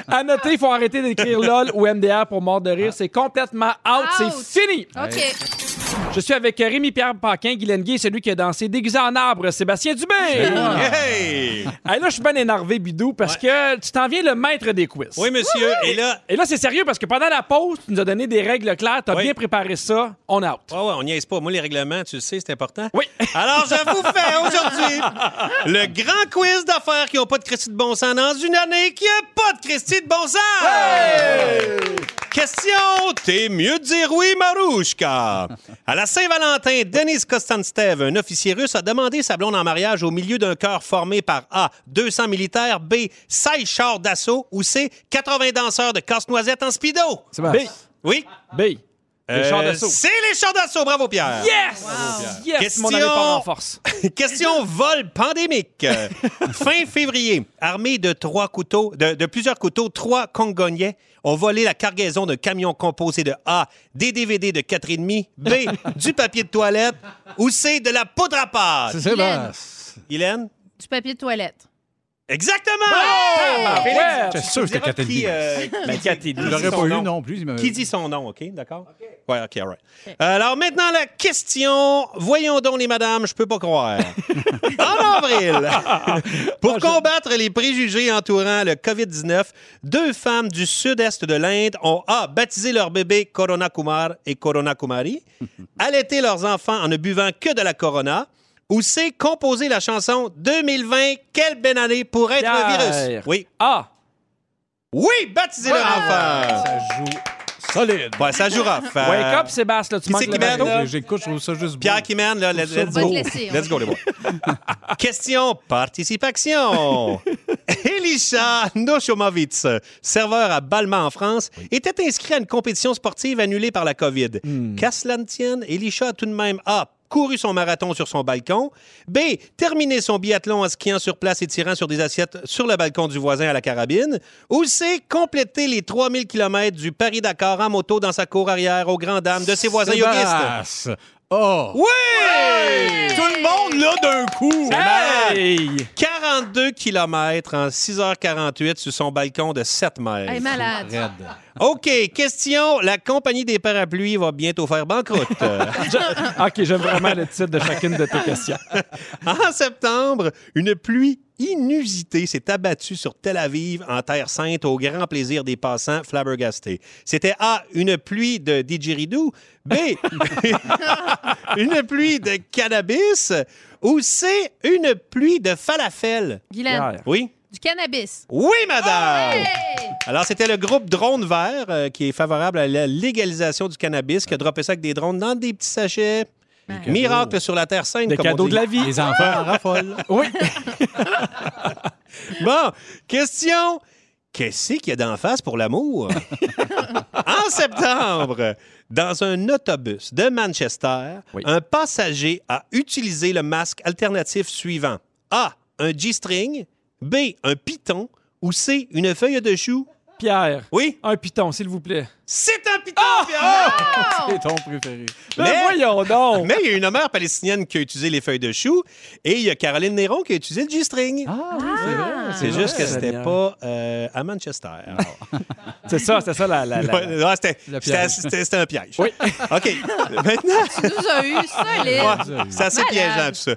S1: À noter, il faut arrêter d'écrire LOL ou MDR pour mort de rire. C'est complètement
S4: Out.
S1: out.
S4: Ah.
S1: C'est fini.
S4: OK.
S1: Je suis avec Rémi-Pierre Paquin, Guylaine Gay, celui qui a dansé déguisé en arbre, Sébastien Dubé.
S3: Hey!
S1: Hey, là, je suis bien énervé, Bidou, parce que tu t'en viens le maître des quiz.
S3: Oui, monsieur. Et là,
S1: Et là, c'est sérieux parce que pendant la pause, tu nous as donné des règles claires, t'as
S3: Oui.
S1: bien préparé ça, on out.
S3: Ouais, ouais, on n'y pas. Moi, les règlements, tu le sais, c'est important.
S1: Oui.
S3: Alors, je vous fais aujourd'hui le grand quiz d'affaires qui n'ont pas de Christie de bon sens dans une année qui n'a pas de Christie de bon sens. Question, t'es mieux de dire oui, Marouchka. À la Saint-Valentin, Denis Kostanstev, un officier russe, a demandé sa blonde en mariage au milieu d'un corps formé par A, 200 militaires, B, 16 chars d'assaut ou C, 80 danseurs de casse-noisette en speedo.
S2: C'est bon.
S1: B,
S3: Oui?
S1: B, les chars
S3: Euh,
S1: d'assaut.
S3: C'est les chars d'assaut, bravo Pierre.
S1: Yes! Yes,
S3: Question-
S1: mon année part en force.
S3: Question vol pandémique. Euh, fin février, armée de trois couteaux, de, de plusieurs couteaux, trois Congolais ont volé la cargaison d'un camion composé de A, des DVD de 4,5, B, du papier de toilette ou C, de la poudre à pâte.
S2: C'est ça,
S4: Guylaine.
S2: là.
S3: Hélène?
S4: Du papier de toilette.
S3: Exactement!
S1: Bravo!
S3: Félix,
S1: Ah, Ouais!
S3: tu
S2: J'étais sûr que c'était
S3: diras
S2: Catherine
S3: qui, euh, qui-
S2: Je l'aurais
S3: qui
S2: pas
S3: son
S2: eu
S3: nom.
S2: non plus. il m'avait-
S3: Qui dit son nom, OK? D'accord? Ouais, OK, all right. Euh, Alors maintenant, la question. Voyons donc, les madames, je peux pas croire. en avril, pour combattre les préjugés entourant le COVID-19, deux femmes du sud-est de l'Inde ont A. baptisé leur bébé Corona Kumar et Corona Kumari, allaité leurs enfants en ne buvant que de la Corona, Où c'est composé la chanson 2020, quelle belle année pour être un virus?
S1: Pierre.
S3: Oui.
S1: Ah!
S3: Oui, baptisez-le enfant.
S2: Ça joue solide.
S3: Ouais, ça joue rough. Euh,
S1: Wake up, Sébastien, là, tu
S3: qui
S1: manques
S3: c'est
S1: le
S3: qui mène,
S1: bateau.
S3: là?
S2: J'ai- J'écoute, je trouve ça juste beau.
S3: Pierre qui mène, là, let- let's,
S4: On va
S3: go.
S4: te laisser, on
S3: let's go,
S4: va
S3: les boys. Question participation. Elisha Noshomovitz, serveur à Balma en France, était inscrit à une compétition sportive annulée par la COVID.
S2: Hmm.
S3: Qu'à cela ne tienne, Elisha a tout de même A. couru son marathon sur son balcon. B. Terminé son biathlon en skiant sur place et tirant sur des assiettes sur le balcon du voisin à la carabine. Ou C. Compléter les 3000 km du Paris-Dakar en moto dans sa cour arrière aux grandes dames de ses voisins yogistes.
S2: Sébastien. Oh!
S3: Oui! Tout le monde là d'un coup!
S1: Hey!
S3: 42 km en 6h48 sur son balcon de 7 mètres.
S4: Elle est malade.
S2: Red.
S3: OK, question. La compagnie des parapluies va bientôt faire banqueroute. Euh,
S1: Je- OK, j'aime vraiment le titre de chacune de tes questions.
S3: en septembre, une pluie inusitée s'est abattue sur Tel Aviv en Terre Sainte au grand plaisir des passants flabbergastés. C'était A, une pluie de didgeridoo, B, une pluie de cannabis ou C, une pluie de falafel.
S4: Guylaine,
S1: Pierre.
S3: Oui?
S4: du cannabis.
S3: Oui, madame!
S4: Hey!
S3: Alors, c'était le groupe Drone Vert euh, qui est favorable à la légalisation du cannabis, qui a droppé ça avec des drones dans des petits sachets. Miracle sur la Terre Sainte.
S1: Des
S3: comme on
S1: cadeaux
S3: dit.
S1: de la vie.
S2: Les enfants en raffolent.
S1: Oui.
S3: Bon, question. Qu'est-ce qu'il y a d'en face pour l'amour? en septembre, dans un autobus de Manchester,
S1: Oui.
S3: un passager a utilisé le masque alternatif suivant. A, un G-string. B, un python. Ou C, une feuille de chou.
S1: Pierre,
S3: Oui,
S1: un piton, s'il vous plaît.
S3: c'est un python! Pierre! Oh.
S2: C'est ton préféré.
S1: Mais
S3: Mais-
S1: Ben voyons donc!
S3: Mais il y a une mère palestinienne qui a utilisé les feuilles de chou et il y a Caroline Néron qui a utilisé le G-string.
S2: Ah oui, c'est vrai.
S3: C'est juste que
S1: vrai,
S3: c'était
S1: Seigneur.
S3: pas euh, à Manchester.
S1: C'est ça, c'est ça la... la, la-
S3: Ouais, non, c'était-
S2: Le
S3: C'était
S2: piège.
S3: c'était- c'était un piège.
S1: Oui.
S3: OK. Maintenant,
S4: Tu nous as eu solide.
S3: ouais, c'est assez piégeant,
S4: Malade.
S3: tout ça.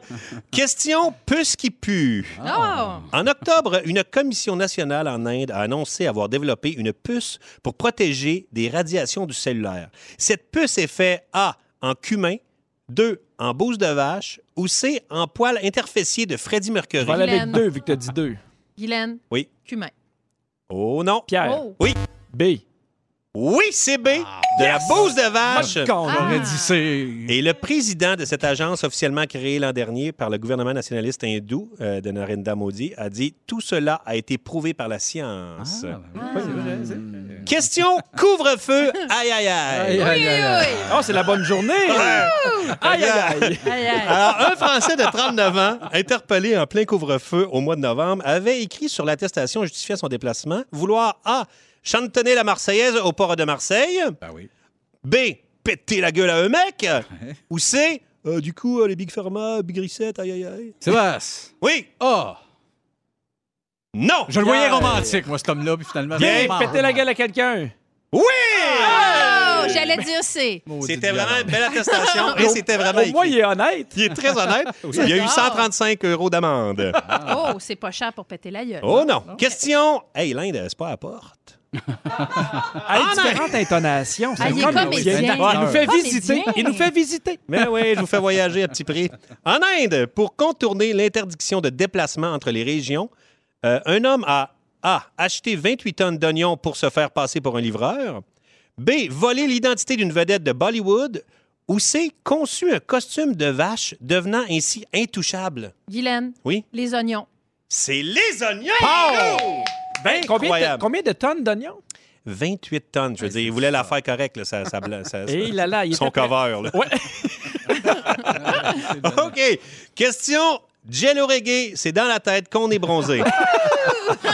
S3: Question puce qui pue.
S4: Non!
S3: En octobre, une commission nationale en Inde a annoncé avoir développé une puce pour protéger des radiations du cellulaire. Cette puce est faite A en cumin, 2 en bouse de vache ou C en poil interfécier de Freddie Mercury.
S1: Je vais aller avec
S4: Guylaine.
S1: deux, vu que t'as dit deux.
S4: Guylaine.
S3: Oui.
S4: Cumin.
S3: Oh non.
S1: Pierre,
S4: Oh.
S1: B.
S3: Oui, c'est B de la bouse de vache.
S1: Con, là.
S4: Ah.
S2: J'aurais dit c'est.
S3: Et le président de cette agence officiellement créée l'an dernier par le gouvernement nationaliste hindou euh, de Narendra Modi a dit Tout cela a été prouvé par la science.
S2: Ah, ben,
S3: Question couvre-feu. Aïe, aïe, aïe.
S1: Aïe, aïe.
S4: Oui, oui,
S1: Oh, c'est la bonne journée! Aïe, aïe, aïe!
S4: oui. Aïe, aïe.
S3: Alors, un Français de 39 ans, interpellé en plein couvre-feu au mois de novembre, avait écrit sur l'attestation justifiant son déplacement vouloir A. chantonner la Marseillaise au port de Marseille,
S2: Ben oui.
S3: B. péter la gueule à un mec, ou C. euh, du coup, euh, les Big Pharma, Big Reset, aïe, aïe, aïe.
S2: Sébastien.
S3: Oui,
S2: Ah!
S3: non,
S2: Je le voyais
S1: Pierre.
S2: romantique, moi, cet homme-là, puis finalement.
S1: Bien,
S2: vraiment
S1: péter la gueule à quelqu'un!
S3: oui!
S2: Ah!
S4: Oh, j'allais dire c'est.
S2: Maudit
S3: C'était
S2: violent.
S3: vraiment une belle attestation et c'était vraiment
S1: Au moins,
S3: écrit.
S1: il est honnête!
S3: Il est très honnête. Il y a eu 135 euros d'amende.
S4: Oh, c'est pas cher pour péter la gueule.
S3: Ah. Oh
S2: Ah.
S3: non. Question. Hey, l'Inde, c'est pas à la porte.
S1: Hey, différentes intonations.
S4: Ah,
S1: C'est
S4: il est
S1: comme
S4: comédien.
S1: Ah, Il nous fait
S4: Comédien.
S1: visiter. Il nous fait visiter.
S3: Mais oui, je vous fais voyager à petit prix. En Inde, pour contourner l'interdiction de déplacement entre les régions, euh, un homme a A. acheté 28 tonnes d'oignons pour se faire passer pour un livreur. B. Volé l'identité d'une vedette de Bollywood. Ou C. Conçu un costume de vache, devenant ainsi intouchable.
S4: Guylaine.
S3: Oui.
S4: Les oignons.
S3: C'est les oignons!
S1: Combien de,
S3: Incroyable.
S1: Ben, combien de tonnes d'oignons?
S3: 28 tonnes. Je veux dire, il voulait la faire correcte, là, ça, ça, bla- ça- ça-
S1: Et Eh là, là, il est
S3: son cover. là.
S1: Ouais.
S3: OK. Question. Jello Reggae, c'est dans la tête qu'on est bronzé.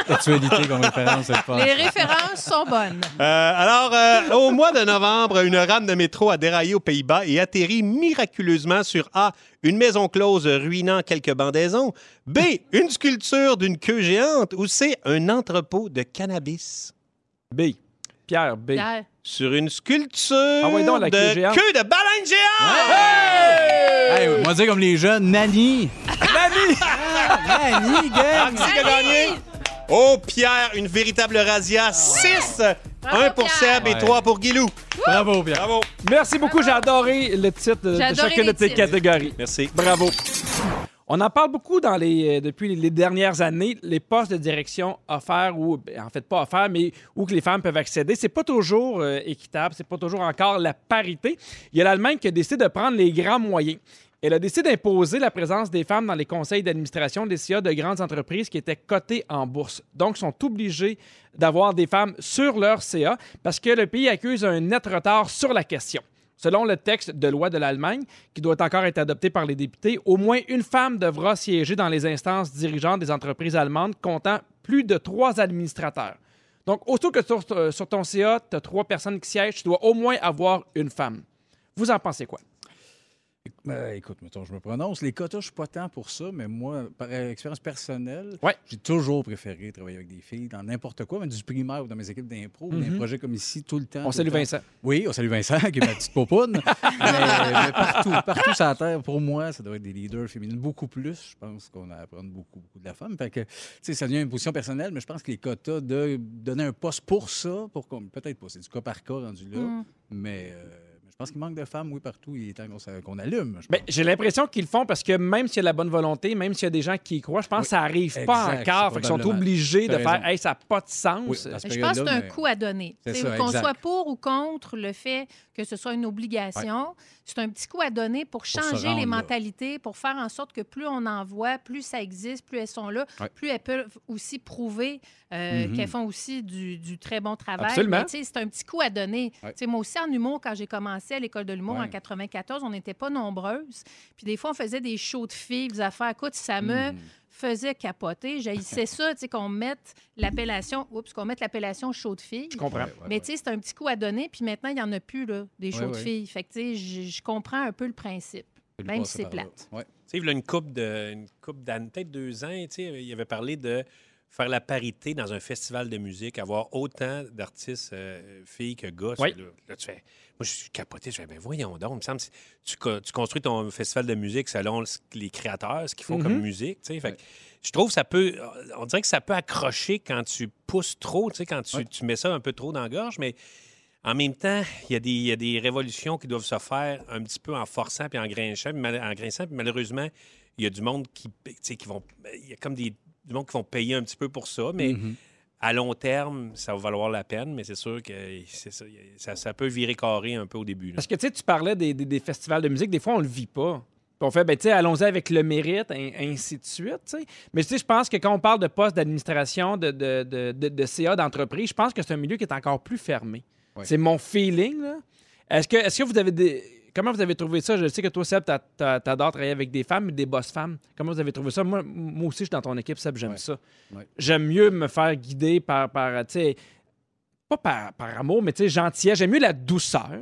S2: Actualité comme référence, c'est pas.
S4: Les références sont bonnes.
S3: Euh, alors, euh, au mois de novembre, une rame de métro a déraillé aux Pays-Bas et atterri miraculeusement sur A, une maison close ruinant quelques bandaisons, B, une sculpture d'une queue géante ou C, un entrepôt de cannabis.
S1: B. Pierre, B.
S4: Pierre.
S3: Sur une sculpture
S1: Ah ouais, donc, la
S3: de
S1: queue géante.
S3: queue de baleine géante!
S2: Hey, on va dire comme les jeunes, Nani! Ah, Nani! Nani, gang!
S3: Qui c'est qui a gagné? Oh, Pierre, une véritable razzia. 6
S4: Ah Bravo,
S3: Un pour
S4: Pierre.
S3: Seb et
S2: Ouais.
S3: trois pour Guilou.
S2: Bravo, Pierre.
S3: Bravo.
S1: Merci beaucoup, j'ai adoré le titre de,
S4: J'ai
S1: de
S4: adoré
S1: chacune de
S4: les
S1: tes
S4: titres.
S1: catégories.
S3: Merci.
S1: Bravo. On en parle beaucoup dans les, euh, depuis les- les dernières années, les postes de direction offerts ou, ben, en fait, pas offerts, mais où que les femmes peuvent accéder. C'est pas toujours euh, équitable, c'est pas toujours encore la parité. Il y a l'Allemagne qui a décidé de prendre les grands moyens. Elle a décidé d'imposer la présence des femmes dans les conseils d'administration des CIA de grandes entreprises qui étaient cotées en bourse. Donc, sont obligés d'avoir des femmes sur leur CA parce que le pays accuse un net retard sur la question. Selon le texte de loi de l'Allemagne, qui doit encore être adopté par les députés, au moins une femme devra siéger dans les instances dirigeantes des entreprises allemandes comptant plus de trois administrateurs. Donc, aussitôt que sur, euh, sur ton CA, tu as trois personnes qui siègent, tu dois au moins avoir une femme. Vous en pensez quoi?
S2: Ben, écoute, mettons, je me prononce. Les quotas, je suis pas tant pour ça, mais moi, par expérience personnelle,
S1: Ouais.
S2: j'ai toujours préféré travailler avec des filles dans n'importe quoi, même du primaire ou dans mes équipes d'impro, ou dans des projets comme ici, tout le temps.
S1: Mhm. On
S2: tout le
S1: salue
S2: temps.
S1: Vincent.
S2: Oui, on salue Vincent, qui est ma petite popoune. mais, mais partout, partout sur la Terre, pour moi, ça doit être des leaders féminines beaucoup plus. Je pense qu'on a à apprendre beaucoup, beaucoup de la femme. Fait que, tu sais, ça devient une position personnelle, mais je pense que les quotas de donner un poste pour ça, pour qu'on... Peut-être pas, c'est du cas par cas rendu là,
S4: Mm.
S2: mais... euh, je pense qu'il manque de femmes, oui, partout. Il est temps qu'on s'a- qu'on allume. je
S1: Ben, J'ai l'impression qu'ils le font parce que même s'il y a de la bonne volonté, même s'il y a des gens qui y croient, je pense que ça n'arrive pas
S2: exact,
S1: encore.
S2: c'est
S1: Fait qu'ils sont
S2: probablement.
S1: obligés de
S2: T'as
S1: faire
S2: raison.
S1: Hey, ça n'a pas de sens.
S2: Oui, dans ce
S4: Je pense que c'est
S2: période-là,
S4: un
S2: mais-
S4: coup à donner.
S2: C'est
S4: T'sais,
S2: ça,
S4: Qu'on
S2: exact.
S4: soit pour ou contre le fait que ce soit une obligation, c'est un petit coup à donner pour
S2: se
S4: changer
S2: rendre
S4: les
S2: là.
S4: mentalités, pour faire en sorte que plus on en voit, plus ça existe, plus elles sont là,
S2: Ouais.
S4: plus elles peuvent aussi prouver euh,
S2: Mhm.
S4: qu'elles font aussi du, du très bon travail.
S1: Absolument.
S4: Mais, t'sais, C'est un petit coup à donner.
S2: Ouais.
S4: T'sais, Moi aussi, en humour, quand j'ai commencé à l'école de l'humour
S2: Ouais.
S4: en 94, on n'était pas nombreuses. Puis des fois, on faisait des shows de filles, des affaires. Écoute, ça me
S2: Mm.
S4: faisait capoter. J'haïssais ça, tu sais, qu'on mette l'appellation, oups, qu'on mette l'appellation show de fille.
S1: Je comprends.
S2: Ouais, ouais,
S4: Mais
S2: ouais.
S4: tu sais, c'est un petit coup à donner, puis maintenant, il n'y en a plus, là, des
S2: Ouais,
S4: shows de
S2: ouais.
S4: filles. Fait que, tu sais, je je comprends un peu le principe.
S2: Faut lui
S4: même
S2: passer
S4: si c'est
S2: par là.
S4: plate.
S2: Ouais.
S3: Tu sais, il y a une coupe de une coupe d'années, peut-être deux ans, tu sais, il avait parlé de faire la parité dans un festival de musique, avoir autant d'artistes euh, filles que gars.
S1: Oui.
S3: Là, là, tu fais, moi, je suis capoté. Je fais, ben voyons donc, il me semble, que tu, co- tu construis ton festival de musique selon ce que les créateurs, ce qu'ils font comme musique, tu sais. Fait que je trouve que ça peut, on dirait que ça peut accrocher quand tu pousses trop, tu sais, quand tu,
S2: Ouais.
S3: tu mets ça un peu trop dans la gorge, mais en même temps, il y, a des- il y a des révolutions qui doivent se faire un petit peu en forçant puis en grinçant. puis mal- en grinçant puis malheureusement, il y a du monde qui, tu sais, qui vont. Il y a comme des, du monde qui vont payer un petit peu pour ça, mais
S1: Mhm.
S2: Mhm.
S3: à long terme, ça va valoir la peine. Mais c'est sûr que c'est ça, ça, ça peut virer carré un peu au début. là.
S1: Parce que tu sais, tu parlais des, des- des festivals de musique, des fois on le vit pas. Puis on fait, ben tu sais, allons-y avec le mérite, et ainsi de suite. tu sais. Mais tu sais, je pense que quand on parle de poste d'administration, de, de, de- de- de CA d'entreprise, je pense que c'est un milieu qui est encore plus fermé.
S2: Ouais.
S1: C'est mon feeling. là. Est-ce que, est que vous avez des. Comment vous avez trouvé ça? Je sais que toi, Seb, t'a- t'a- t'adores travailler avec des femmes, mais des boss femmes. Comment vous avez trouvé ça? Moi, moi aussi, je suis dans ton équipe, Seb, j'aime
S2: Ouais.
S1: ça.
S2: Ouais.
S1: J'aime mieux me faire guider par, par tu sais, pas par, par amour, mais tu sais, gentillesse. J'aime mieux la douceur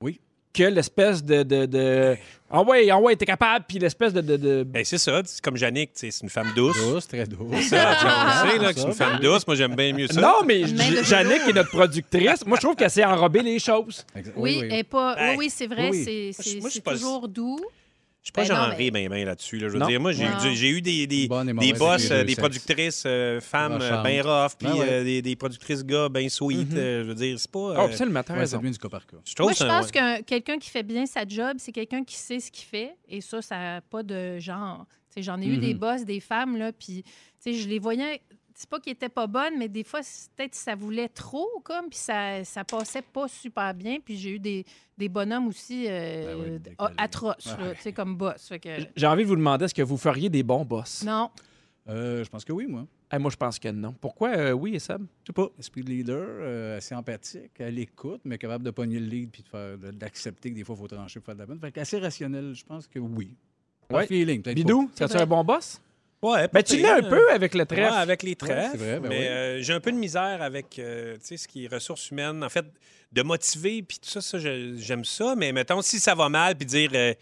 S2: Oui.
S1: que l'espèce de. de, de... Ah ouais, ah ouais, t'es capable, puis l'espèce de. de, de-
S3: Ben, c'est ça. C'est comme Yannick, tu sais, c'est une femme douce.
S2: Douce, très douce. Ah,
S3: Ça, tu vois, on le sait, là, que c'est une
S2: Ça,
S3: femme douce. Moi, j'aime bien mieux ça.
S1: Non, mais
S4: Main de
S1: J- Jannick est notre productrice. Moi, je trouve qu'elle sait enrober les choses.
S2: Exact.
S4: Oui, et pas.
S3: Ben,
S4: oui, oui, c'est vrai,
S2: oui,
S4: c'est-
S3: Moi, je-
S4: c'est
S3: moi, je
S4: c'est
S3: suis pas-
S4: toujours doux.
S3: Je sais pas,
S4: Ben
S3: j'en
S4: non, mais-
S3: ris bien, bien là-dessus. là. Je veux
S1: Non.
S3: dire, moi, j'ai eu,
S4: Non.
S3: du- j'ai eu des, des,
S2: Bonne et
S3: des
S2: mauvaise
S3: boss,
S2: des deux
S3: euh, des
S2: sexes.
S3: productrices euh, femmes
S2: Rochantes.
S3: bien rough, puis
S2: Ah ouais. Mm-hmm.
S3: euh, des, des productrices gars bien sweet. euh, je veux dire, c'est pas.
S1: Oh,
S3: euh,
S1: absolument, t'as
S2: Ouais, ça
S1: raison.
S2: devient du cas par cas.
S3: je
S4: Moi,
S3: trouve
S4: je
S3: ça.
S4: pense
S3: ouais.
S4: que quelqu'un qui fait bien sa job, c'est quelqu'un qui sait ce qu'il fait. Et ça, ça n'a pas de genre. Tu sais, J'en ai eu des
S2: Mm-hmm.
S1: Mhm.
S4: boss, des femmes, là, puis tu sais, je les voyais. C'est pas qu'ils étaient pas bonnes, mais des fois, c'est- peut-être ça voulait trop, comme, puis ça, ça passait pas super bien. Puis j'ai eu des, des bonhommes aussi euh,
S2: Ben oui, des
S4: a-
S2: collègues.
S4: atroces,
S2: Ah
S4: là,
S2: ouais.
S4: tu sais, comme boss. Fait que,
S1: J'ai envie de vous demander est-ce que vous feriez des bons boss?
S4: non,
S2: Euh, je pense que oui, moi.
S1: Eh, moi, je pense que non. Pourquoi euh, oui, Seb?
S2: Je sais pas. Esprit de leader, euh, assez empathique, à l'écoute, mais capable de pogner le lead puis de faire- de- d'accepter que des fois, il faut trancher pour faire de la peine. Fait assez rationnel, je pense que oui. Par
S1: Ouais.
S2: feeling, peut-être.
S1: Bidou,
S4: C'est
S1: serais-tu
S4: vrai.
S1: un bon boss?
S3: Ouais,
S1: Ben, tu
S3: peut-être,
S1: l'es un
S3: hein.
S1: peu avec le trèfle.
S3: Ouais, avec les trèfles.
S2: Ouais, c'est vrai, ben
S3: mais
S2: oui.
S3: euh, j'ai un peu de misère avec euh, tu sais, ce qui est ressources humaines. En fait, de motiver, puis tout ça, ça, je- j'aime ça. Mais mettons, si ça va mal, puis dire. euh,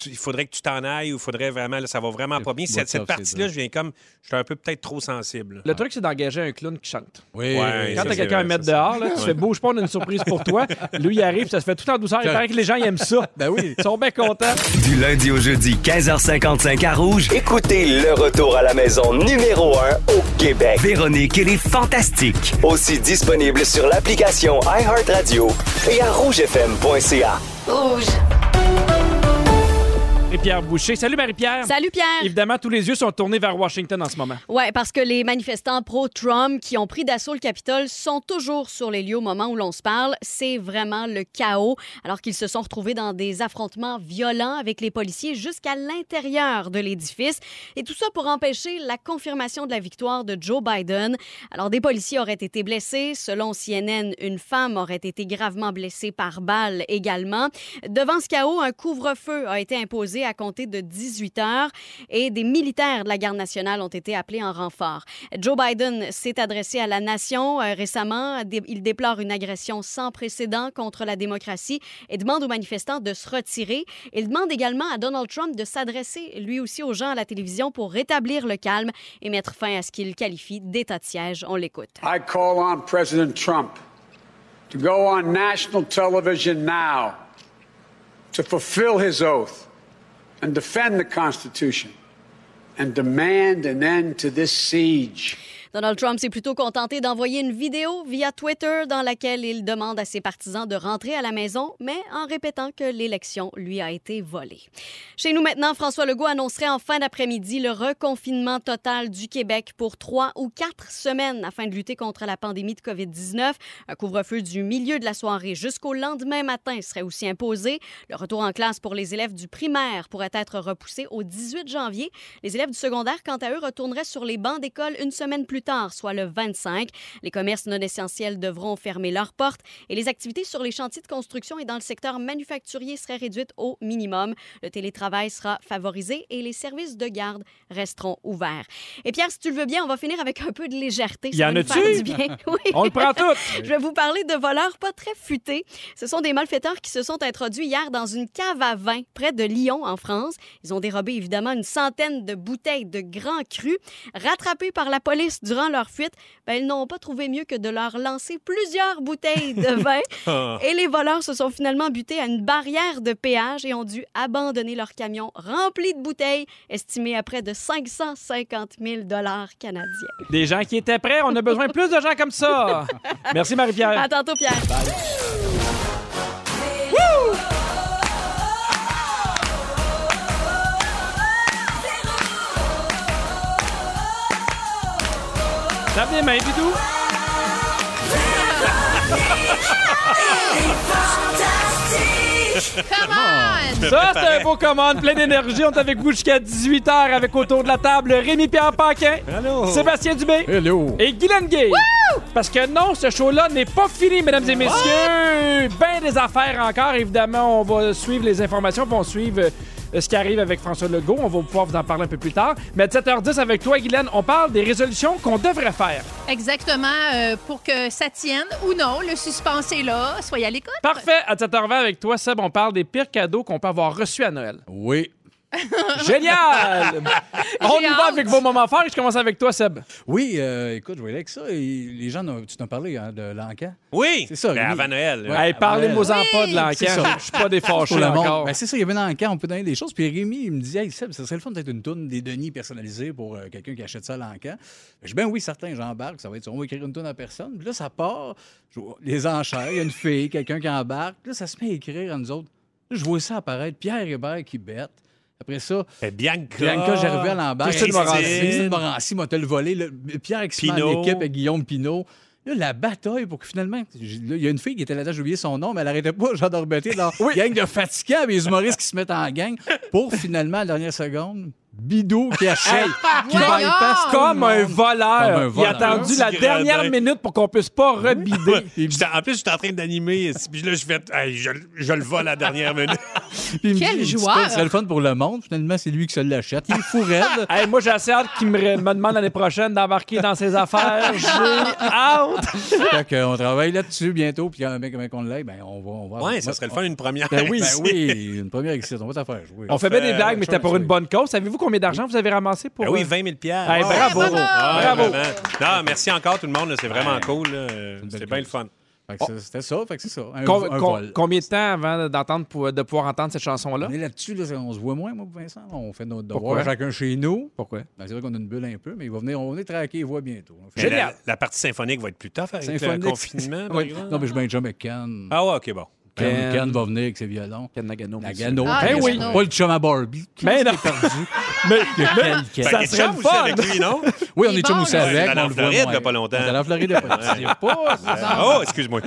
S3: tu- il faudrait que tu t'en ailles ou il faudrait vraiment, là, ça va vraiment pas bien.
S2: What's
S3: Cette, cette
S2: up, c'est
S3: partie-là,
S2: dur.
S3: je viens comme, je suis un peu peut-être trop sensible.
S1: Le truc, c'est d'engager un clown qui chante.
S2: Oui,
S3: Ouais,
S1: Quand
S3: ça,
S1: t'as
S3: c'est
S1: quelqu'un à
S3: vrai,
S1: mettre
S3: ça,
S1: dehors,
S3: c'est-
S1: là, tu
S3: Ouais.
S1: fais beau, je pense, on a une surprise pour toi. Lui, il arrive, ça se fait tout en douceur. Il paraît que les gens ils aiment ça.
S2: Ben oui.
S1: Ils sont bien contents.
S5: Du lundi au jeudi, 15h55 à Rouge,
S6: Écoutez le retour à la maison numéro 1 au Québec.
S5: Véronique et les Fantastiques.
S6: Aussi disponible sur l'application iHeartRadio et à rougefm.ca.
S1: Et Pierre Boucher. Salut Marie-Pierre.
S7: Salut Pierre!
S1: Évidemment, tous les yeux sont tournés vers Washington en ce moment.
S7: Ouais, parce que les manifestants pro-Trump qui ont pris d'assaut le Capitole sont toujours sur les lieux au moment où l'on se parle. C'est vraiment le chaos, alors qu'ils se sont retrouvés dans des affrontements violents avec les policiers jusqu'à l'intérieur de l'édifice. Et tout ça pour empêcher la confirmation de la victoire de Joe Biden. Alors, des policiers auraient été blessés. Selon CNN, une femme aurait été gravement blessée par balle également. Devant ce chaos, un couvre-feu a été imposé à compter de 18 heures et des militaires de la Garde nationale ont été appelés en renfort. Joe Biden s'est adressé à la nation euh, récemment. Dé- Il déplore une agression sans précédent contre la démocratie et demande aux manifestants de se retirer. Il demande également à Donald Trump de s'adresser lui aussi aux gens à la télévision pour rétablir le calme et mettre fin à ce qu'il qualifie d'état de siège. On l'écoute.
S8: I call on President Trump to go on national television now to fulfill his oath and defend the Constitution and demand an end to this siege.
S7: Donald Trump s'est plutôt contenté d'envoyer une vidéo via Twitter dans laquelle il demande à ses partisans de rentrer à la maison, mais en répétant que l'élection lui a été volée. Chez nous maintenant, François Legault annoncerait en fin d'après-midi le reconfinement total du Québec pour trois ou quatre semaines afin de lutter contre la pandémie de COVID-19. Un couvre-feu du milieu de la soirée jusqu'au lendemain matin serait aussi imposé. Le retour en classe pour les élèves du primaire pourrait être repoussé au 18 janvier. Les élèves du secondaire, quant à eux, retourneraient sur les bancs d'école une semaine plus tard, soit le 25. Les commerces non essentiels devront fermer leurs portes et les activités sur les chantiers de construction et dans le secteur manufacturier seraient réduites au minimum. Le télétravail sera favorisé et les services de garde resteront ouverts. Et Pierre, si tu le veux bien, on va finir avec un peu de légèreté.
S1: Y
S7: Ça va
S1: en
S7: nous
S1: a-tu?
S7: faire du bien. Oui.
S1: On le prend tout.
S7: Je vais vous parler de voleurs pas très futés. Ce sont des malfaiteurs qui se sont introduits hier dans une cave à vin près de Lyon, en France. Ils ont dérobé évidemment une centaine de bouteilles de Grand Cru. Rattrapés par la police durant leur fuite, ben, ils n'ont pas trouvé mieux que de leur lancer plusieurs bouteilles de vin.
S3: Ah.
S7: Et les voleurs se sont finalement butés à une barrière de péage et ont dû abandonner leur camion rempli de bouteilles, estimé à près de 550 000 canadiens.
S1: Des gens qui étaient prêts, on a besoin de plus de gens comme ça. Merci Marie-Pierre.
S7: À tantôt, Pierre.
S1: Tape les mains, Bidou. Ça, c'est un beau commande, plein d'énergie. On est avec vous jusqu'à 18h avec autour de la table Rémi-Pierre Paquin,
S3: Allô?
S1: Sébastien Dubé
S2: Hello.
S1: et Guylaine Gay. Parce que non, ce show-là n'est pas fini, mesdames et messieurs. Ben des affaires encore. Évidemment, on va suivre les informations, puis on va suivre euh, ce qui arrive avec François Legault. On va pouvoir vous en parler un peu plus tard. Mais à 7h10 avec toi, Guylaine, on parle des résolutions qu'on devrait faire.
S4: Exactement, euh, pour que ça tienne ou non, le suspense est là, soyez à l'écoute.
S1: Parfait. À 7h20 avec toi, Seb, on parle des pires cadeaux qu'on peut avoir reçus à Noël.
S2: Oui.
S1: Génial! on y va
S4: hâte.
S1: avec vos moments forts. Je commence avec toi, Seb.
S2: Oui, euh, écoute, je voyais avec ça. et les gens, n'ont- tu t'en parlais hein, de l'encan.
S3: Oui!
S2: C'est ça,
S3: Ben,
S2: Rémi.
S3: avant Noël. là.
S2: Ouais.
S1: Hey, Parlez-moi-en
S4: Oui,
S1: pas de
S2: c'est
S1: l'encan.
S2: ça.
S1: Ah, Je suis pas défâché
S2: Pour le monde.
S1: encore.
S2: Ben, c'est ça, il y avait un encan, on peut donner des choses. Puis Rémi, il me dit, hey, Seb, ça serait le fun peut-être une toune des Denis personnalisée pour euh, quelqu'un qui achète ça à l'encan. Je dis, ben oui, certain, j'embarque, ça va être ça. On va écrire une toune à personne. Puis là, ça part, je vois les enchères, il y a une fille, quelqu'un qui embarque. Puis là, ça se met à écrire à nous autres. Là, je vois ça apparaître, Pierre Hébert qui bête. Après ça,
S3: Ben, Bianca.
S2: Bianca Gervais à l'embarque.
S3: Christine Morancy.
S2: Christine Morancy m'a le volé. Le- Pierre qui se met
S3: Pinault.
S2: en équipe avec Guillaume Pinot. Là, la bataille pour que finalement, j- là, il y a une fille qui était là-dedans, j'ai oublié son nom, mais elle arrêtait pas, Jean Dorbeté, dans gang de fatigants, mais les humoristes qui se mettent en gang pour finalement, à la dernière seconde,
S1: bidou qui achète,
S3: ah,
S1: qui
S4: Voyons!
S1: bypass comme un
S2: Comme un
S1: voleur. Il a
S2: voleur.
S1: attendu
S3: Petit
S1: la dernière
S3: gradin.
S1: minute pour qu'on puisse pas rebider.
S3: J'étais- En plus, j'étais en train d'animer. Puis là, je fais. Hey, je, je le vole à la dernière minute.
S2: Puis il me
S4: Quel
S2: dit, il me dit
S4: joueur!
S2: pas, Ce serait le fun pour le monde. Finalement, c'est lui qui se l'achète. Il est fou raide.
S1: Hey, moi, j'ai assez hâte qu'il me, re- me demande l'année prochaine d'embarquer dans ses affaires. J'ai hâte!
S2: fait qu'on travaille là-dessus bientôt. Puis quand même, on l'aide, ben, on va. On va
S3: Ouais, ça serait le fun, une première.
S2: Ben oui, ben oui, une première excite. On va t'en faire jouer.
S1: On fait bien des
S3: euh,
S1: blagues, mais c'était pour
S2: chose,
S1: une
S2: oui.
S1: bonne cause. Savez-vous combien d'argent vous avez ramassé pour...
S3: Ben oui,
S1: euh,
S3: 20 000 piastres.
S1: Hey,
S3: Ah,
S1: bravo.
S3: ouais,
S1: Bravo. Bravo.
S3: vraiment. Non, merci encore tout le monde. là, C'est vraiment cool. là. Euh,
S2: belle
S3: C'était bien le
S2: cause.
S3: fun.
S2: Fait que c'est- C'était ça. Fait que c'est ça. Un,
S1: com-
S2: un
S1: com-
S2: vol.
S1: combien de temps avant d'entendre pour- de pouvoir entendre cette chanson-là?
S2: On est là-dessus, là, on se voit moins, moi, Vincent. On fait notre devoir
S1: Pourquoi?
S2: chacun chez nous.
S1: Pourquoi?
S2: Ben, c'est vrai qu'on a une bulle un peu, mais il va venir, on va venir traquer, il voit bientôt. On fait-
S3: Mais
S1: Génial.
S3: La, la partie symphonique va être plus tough avec
S2: Symphonique.
S3: le confinement. par
S2: Oui.
S3: exemple.
S2: Non, mais je mets jamais Ken.
S3: Ah ouais, OK, bon.
S2: Ken,
S1: Ken.
S2: Ken va venir avec ses violons.
S1: Ken Nagano.
S2: Nagano.
S4: Ah,
S1: Ben oui.
S4: Nagano.
S2: Pas le chum à Barbie.
S1: Mais non. Mais, mais-
S3: Fait
S1: ça
S3: qu'il
S1: serait
S3: est chum
S1: le
S3: Ben, aussi
S1: fun!
S3: avec lui, non?
S2: Oui, on
S4: Il est
S2: est chum
S4: bon,
S2: aussi
S4: là.
S3: Il est
S2: avec.
S3: allé
S2: on
S3: en
S2: le
S3: Floride
S2: voit moins.
S3: il y a pas longtemps.
S2: On est allé en Floride il y a pas longtemps. Il y a pas-
S3: oh, excuse-moi.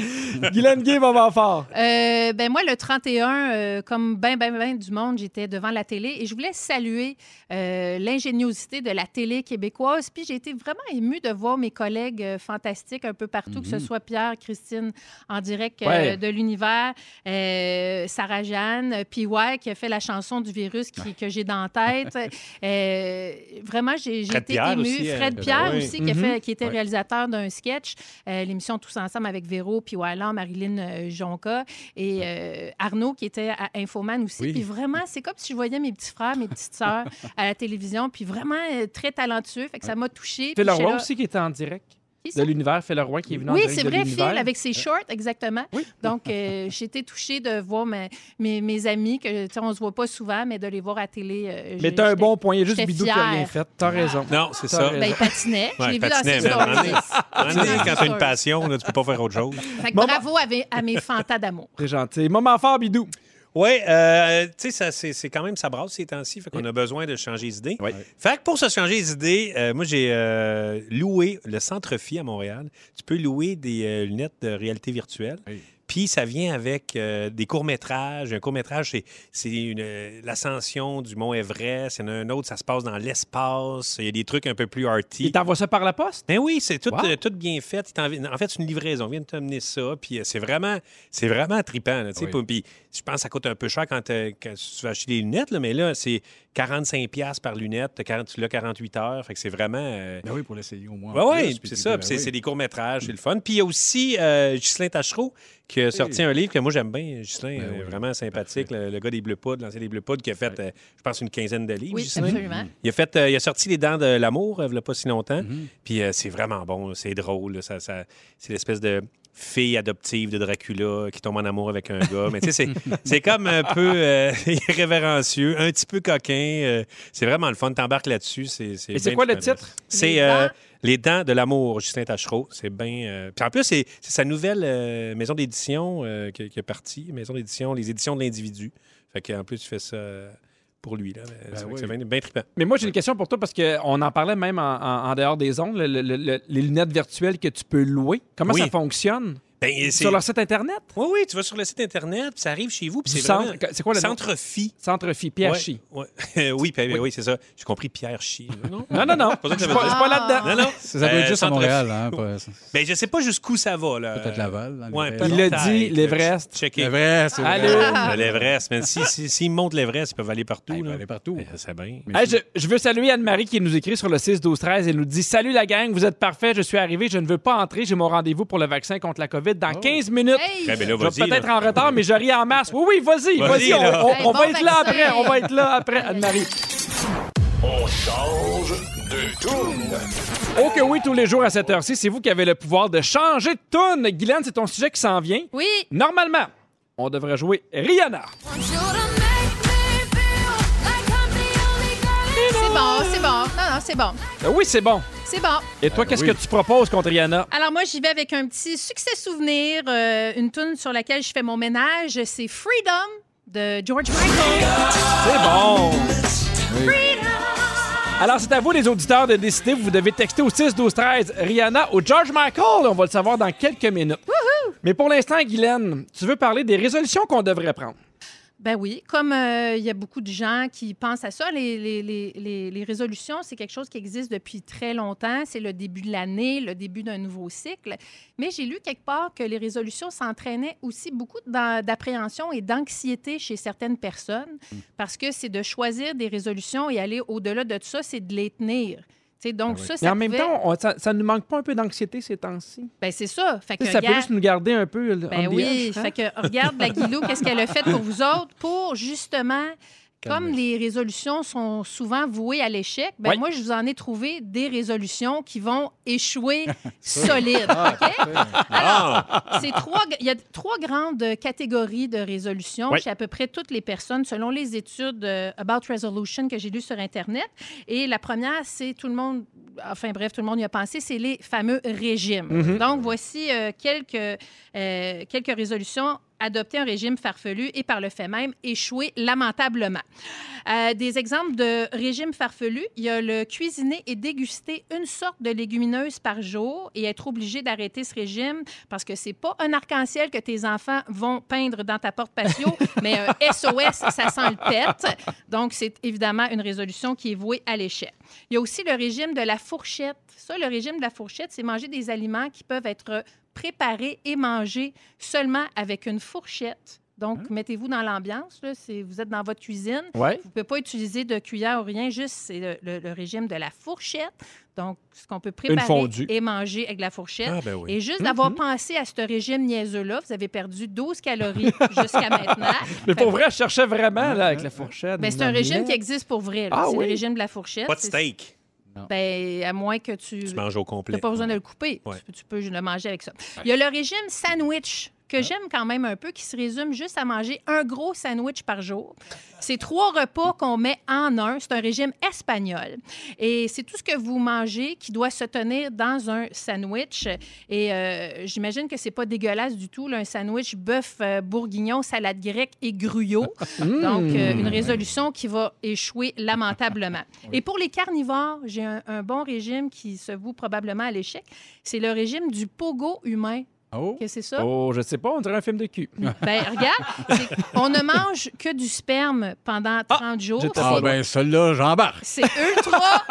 S1: Guylaine Gay va m'en faire.
S4: Euh, ben moi, le 31, euh, comme ben, ben, ben du monde, j'étais devant la télé et je voulais saluer euh, l'ingéniosité de la télé québécoise. Puis j'ai été vraiment émue de voir mes collègues euh, fantastiques un peu partout,
S3: Mhm.
S4: que ce soit Pierre, Christine, en direct euh,
S1: Ouais.
S4: de l'univers, euh, Sarah-Jeanne, puis ouais, qui a fait la chanson du virus qui- que j'ai dans la tête. Euh, vraiment, j'ai j'ai
S3: Fred
S4: été
S3: Pierre
S4: émue.
S3: aussi, euh,
S4: Fred
S3: ben
S4: Pierre
S3: oui.
S4: aussi, qui, a
S1: Mhm.
S4: fait- qui était
S2: Ouais.
S4: réalisateur d'un sketch, euh, l'émission Tous ensemble avec Véro, puis Wallan, Marilyn euh, Jonca et euh, Arnaud qui était à Infoman aussi.
S2: Oui.
S4: Puis vraiment, c'est comme si je voyais mes petits frères, mes petites sœurs à la télévision, puis vraiment euh, très talentueux. Fait que ça m'a touchée.
S1: Phil
S4: Puis j'étais
S1: Roy
S4: là,
S1: aussi qui était en direct
S4: Qui
S1: de
S4: ça?
S1: l'univers. Phil Roy qui est venu en
S4: Oui,
S1: direct
S4: c'est
S1: de
S4: vrai, Phil,
S1: l'univers.
S4: avec ses shorts, exactement. Donc, euh, j'ai été touchée de voir ma- mes, mes amis, que tu sais, on se voit pas souvent, mais de les voir à télé. euh, j'ai-
S1: Mais t'as un
S4: j'étais-
S1: bon point. Il y a juste
S4: j'étais
S1: Bidou qui a rien
S4: fière.
S1: fait. T'as raison.
S3: Ah. Non,
S1: T'as
S3: c'est ça.
S1: raison.
S4: Ben, il patinait. Je
S3: Ouais,
S4: l'ai
S3: il
S4: vu
S3: patinait,
S4: dans ses
S3: mais à un moment
S4: stories.
S3: donné- À un moment donné,
S4: Dans ses
S3: Quand tu as une
S4: stories.
S3: passion, là, tu peux pas faire autre chose.
S4: Fait que
S1: Maman-
S4: bravo à mes, à mes fantas d'amour.
S1: C'est gentil. Moment fort, Bidou.
S3: Oui, euh, tu sais, ça, c'est, c'est quand même, ça brasse ces temps-ci, fait qu'on a besoin de changer les idées. Fait que pour se changer les idées, euh, moi, j'ai euh, loué le Centre Phi à Montréal. Tu peux louer des euh, lunettes de réalité virtuelle.
S2: Oui.
S3: Puis ça vient avec euh, des courts-métrages. Un court-métrage, c'est, c'est une, euh, l'ascension du mont Everest. Il y en a un autre, ça se passe dans l'espace. Il y a des trucs un peu plus arty.
S1: Il t'envoie ça par la poste?
S3: Ben oui, c'est tout,
S1: Wow.
S3: euh, tout bien fait. Il t'en- En fait, c'est une livraison. On vient de t'amener ça. Puis euh, c'est vraiment, c'est vraiment trippant. là, tu sais.
S2: Oui.
S3: Puis je pense que ça coûte un peu cher quand, euh, quand tu vas acheter des lunettes. là, mais là, c'est 45$ par lunette. T'as 40 Tu l'as 48 heures. Fait que c'est vraiment. euh,
S2: Ben oui, pour l'essayer au moins.
S3: oui,
S2: en
S3: ouais,
S2: plus, puis
S3: c'est
S2: puis
S3: ça.
S2: ben
S3: Puis c'est,
S2: oui.
S3: c'est des courts-métrages, c'est le fun. Puis il y a aussi euh, Ghislain Tachereau qui a sorti un livre que moi j'aime bien. Ghislain,
S2: Ben
S3: euh,
S2: oui,
S3: vraiment sympathique. Le, le gars des Bleu Poudres, l'ancien des Bleu Poudres, qui a fait, euh, je pense, une quinzaine de livres.
S4: Oui,
S3: Ghislain.
S4: absolument.
S3: Il a, fait, euh, il a sorti Les Dents de l'amour euh, il n'y a pas si longtemps.
S1: Mhm.
S3: Puis euh, c'est vraiment bon, là, c'est drôle. là, ça, ça- c'est l'espèce de fille adoptive de Dracula qui tombe en amour avec un gars. Mais tu sais, c'est, c'est comme un peu euh, irrévérencieux, un petit peu coquin. euh, c'est vraiment le fun. T'embarques là-dessus. C'est,
S1: Et c'est
S3: bien
S1: quoi le
S3: fun, là.
S1: titre?
S3: C'est
S4: Les
S3: euh,
S4: Dents.
S3: Les Dents de l'amour, Justin Tachereau. C'est bien. euh, Puis en plus, c'est, c'est sa nouvelle euh, maison d'édition euh, qui, qui est partie. Maison d'édition, les éditions de l'individu. Fait qu'en plus, tu fais ça euh, pour lui. Là.
S1: Ben
S3: C'est vrai que
S2: oui.
S3: C'est bien, bien trippant.
S1: Mais moi, j'ai une question pour toi parce qu'on en parlait même en, en- en dehors des ondes, le- le- le- les lunettes virtuelles que tu peux louer. Comment
S3: Oui.
S1: ça fonctionne?
S3: Ben, c'est-
S1: Sur leur site Internet?
S3: Oui, oui, tu vas sur le site Internet, puis ça arrive chez vous, puis
S1: Du
S3: c'est
S1: centre-
S3: vraiment...
S1: c'est quoi le nom?
S3: Centre Phi.
S1: Centre Phi, Pierre
S3: Ouais,
S1: Chi.
S3: ouais. Euh, oui, puis- oui, c'est ça. J'ai compris Pierre Chi. Non?
S1: Non, non, non.
S3: Pas ça que
S1: Je
S3: ça
S1: suis
S3: veut
S1: pas,
S3: dire.
S1: je suis pas là-dedans.
S3: Non, non.
S2: Ça, ça doit
S3: Euh,
S2: être juste à
S3: Centre
S2: Montréal.
S3: Phi.
S2: Hein, pas- c'est-
S3: Ben, je sais pas jusqu'où ça va, là.
S2: Peut-être Laval, là,
S3: Euh, Ouais,
S2: l'Éverest.
S1: Il
S3: peut-être.
S1: a dit, l'Éverest.
S3: Checker.
S2: C'est vrai, c'est vrai.
S1: Allez.
S3: Ben, L'Everest, mais s'ils si, si, s'ils montent l'Everest, ils peuvent aller partout.
S2: Il
S3: là.
S2: va aller partout.
S3: Ben, c'est bien.
S1: Hey, je, je veux saluer Anne-Marie qui nous écrit sur le 6-12-13. Elle nous dit Salut la gang, vous êtes parfait, je suis arrivé, je ne veux pas entrer, j'ai mon rendez-vous pour le vaccin contre la COVID
S3: Oh.
S1: dans 15 minutes.
S4: Hey!
S3: Ben, ben, là,
S1: Je
S3: vas-y,
S1: vais peut-être
S3: là.
S1: en retard, mais je ris en masse. Oui, oui, vas-y, vas-y,
S3: Vas-y,
S1: on,
S3: là.
S4: Hey,
S1: on- on
S4: bon
S1: va être là
S4: vaccin.
S1: après, on va être là après, Anne-Marie. Oh que oui, tous les jours à cette heure-ci, c'est vous qui avez le pouvoir de changer de tune. Guylaine, c'est ton sujet qui s'en vient.
S4: Oui,
S1: Normalement, on devrait jouer Rihanna.
S4: c'est bon, c'est bon. Non, non, c'est bon.
S1: Euh, Oui, c'est bon.
S4: C'est bon.
S1: Et
S3: Ben
S1: toi, qu'est-ce que tu proposes contre Rihanna?
S4: Alors moi, j'y vais avec un petit succès souvenir, euh, une tune sur laquelle je fais mon ménage, c'est Freedom de George Michael.
S1: C'est bon. Alors, c'est à vous, les auditeurs, de décider. Vous devez texter au 6 12 13 Rihanna ou George Michael. On va le savoir dans quelques minutes. Mais pour l'instant, Guylaine, tu veux parler des résolutions qu'on devrait prendre.
S4: Ben oui, comme euh, il y a beaucoup de gens qui pensent à ça, les, les- les- les- les résolutions, c'est quelque chose qui existe depuis très longtemps. C'est le début de l'année, le début d'un nouveau cycle. Mais j'ai lu quelque part que les résolutions s'entraînaient aussi beaucoup d'en- d'appréhension et d'anxiété chez certaines personnes parce que c'est de choisir des résolutions et aller au-delà de ça, c'est de les tenir. Tu sais, donc,
S2: Ah oui.
S4: ça, ça
S1: Mais en même
S4: pouvait-
S1: temps, on- ça, ça nous manque pas un peu d'anxiété ces temps-ci.
S4: ben, c'est ça. Fait
S1: Tu
S4: que,
S1: sais, Ça peut
S4: gars,
S1: juste nous garder un peu. euh, on
S4: ben oui,
S1: hein?
S4: fait que regarde la Guilou, qu'est-ce qu'elle a fait pour vous autres pour justement, comme les
S2: Calmer.
S4: résolutions sont souvent vouées à l'échec, ben
S1: Oui.
S4: moi, je vous en ai trouvé des résolutions qui vont échouer solides.
S2: Ah,
S4: OK?
S2: parfait.
S3: Ah!
S4: C'est trois, il y a trois grandes catégories de résolutions
S1: Oui.
S4: chez à peu près toutes les personnes selon les études euh, About Resolution que j'ai lues sur Internet. Et la première, c'est tout le monde, enfin bref, tout le monde y a pensé, c'est les fameux régimes.
S1: Mhm.
S4: Donc, voici euh, quelques, euh, quelques résolutions. Adopter un régime farfelu et par le fait même échouer lamentablement. Euh, des exemples de régimes farfelus, il y a le cuisiner et déguster une sorte de légumineuse par jour et être obligé d'arrêter ce régime parce que c'est pas un arc-en-ciel que tes enfants vont peindre dans ta porte patio, mais un SOS, ça sent le pète. Donc, c'est évidemment une résolution qui est vouée à l'échec. Il y a aussi le régime de la fourchette. Ça, le régime de la fourchette, c'est manger des aliments qui peuvent être préparés et mangés seulement avec une fourchette. Donc, mettez-vous dans l'ambiance. là. C'est- Vous êtes dans votre cuisine.
S1: Ouais.
S4: Vous ne pouvez pas utiliser de cuillère ou rien, juste c'est le, le- le régime de la fourchette. Donc, ce qu'on peut préparer
S1: fondue.
S4: et manger avec la fourchette.
S3: Ah, ben oui.
S4: Et juste d'avoir pensé à ce régime niaiseux-là, vous avez perdu 12 calories jusqu'à maintenant.
S1: Mais
S4: Fait-
S1: pour vrai, je cherchais vraiment là, avec la fourchette.
S4: Ben, c'est un
S1: une
S4: régime
S1: omelette.
S4: qui existe pour vrai. là.
S1: Ah
S4: c'est
S1: oui?
S4: le régime de la fourchette.
S3: Pas de
S4: C'est-
S3: steak.
S4: Ben, à moins que tu...
S3: Tu manges au
S4: Tu n'as
S3: complet.
S4: pas besoin de le couper.
S3: Ouais.
S4: Tu, peux, tu peux le manger avec ça. Il y a le régime sandwich que j'aime quand même un peu, qui se résume juste à manger un gros sandwich par jour. C'est trois repas qu'on met en un. C'est un régime espagnol. Et c'est tout ce que vous mangez qui doit se tenir dans un sandwich. Et euh, j'imagine que c'est pas dégueulasse du tout, là, un sandwich bœuf euh, bourguignon, salade grecque et gruyot. Donc,
S1: Hmm.
S2: Hmm.
S4: euh, une résolution qui va échouer lamentablement. Et pour les carnivores, j'ai un, un bon régime qui se voue probablement à l'échec. C'est le régime du pogo humain.
S2: Oh,
S4: Qu'est-ce que c'est ça?
S1: Oh, je sais pas, on dirait un film de cul.
S4: Ben, regarde, c'est- on ne mange que du sperme pendant 30 jours.
S1: j'étais
S2: ah,
S1: pas
S4: C'est-
S2: ben celui-là, j'embarque.
S4: c'est ultra,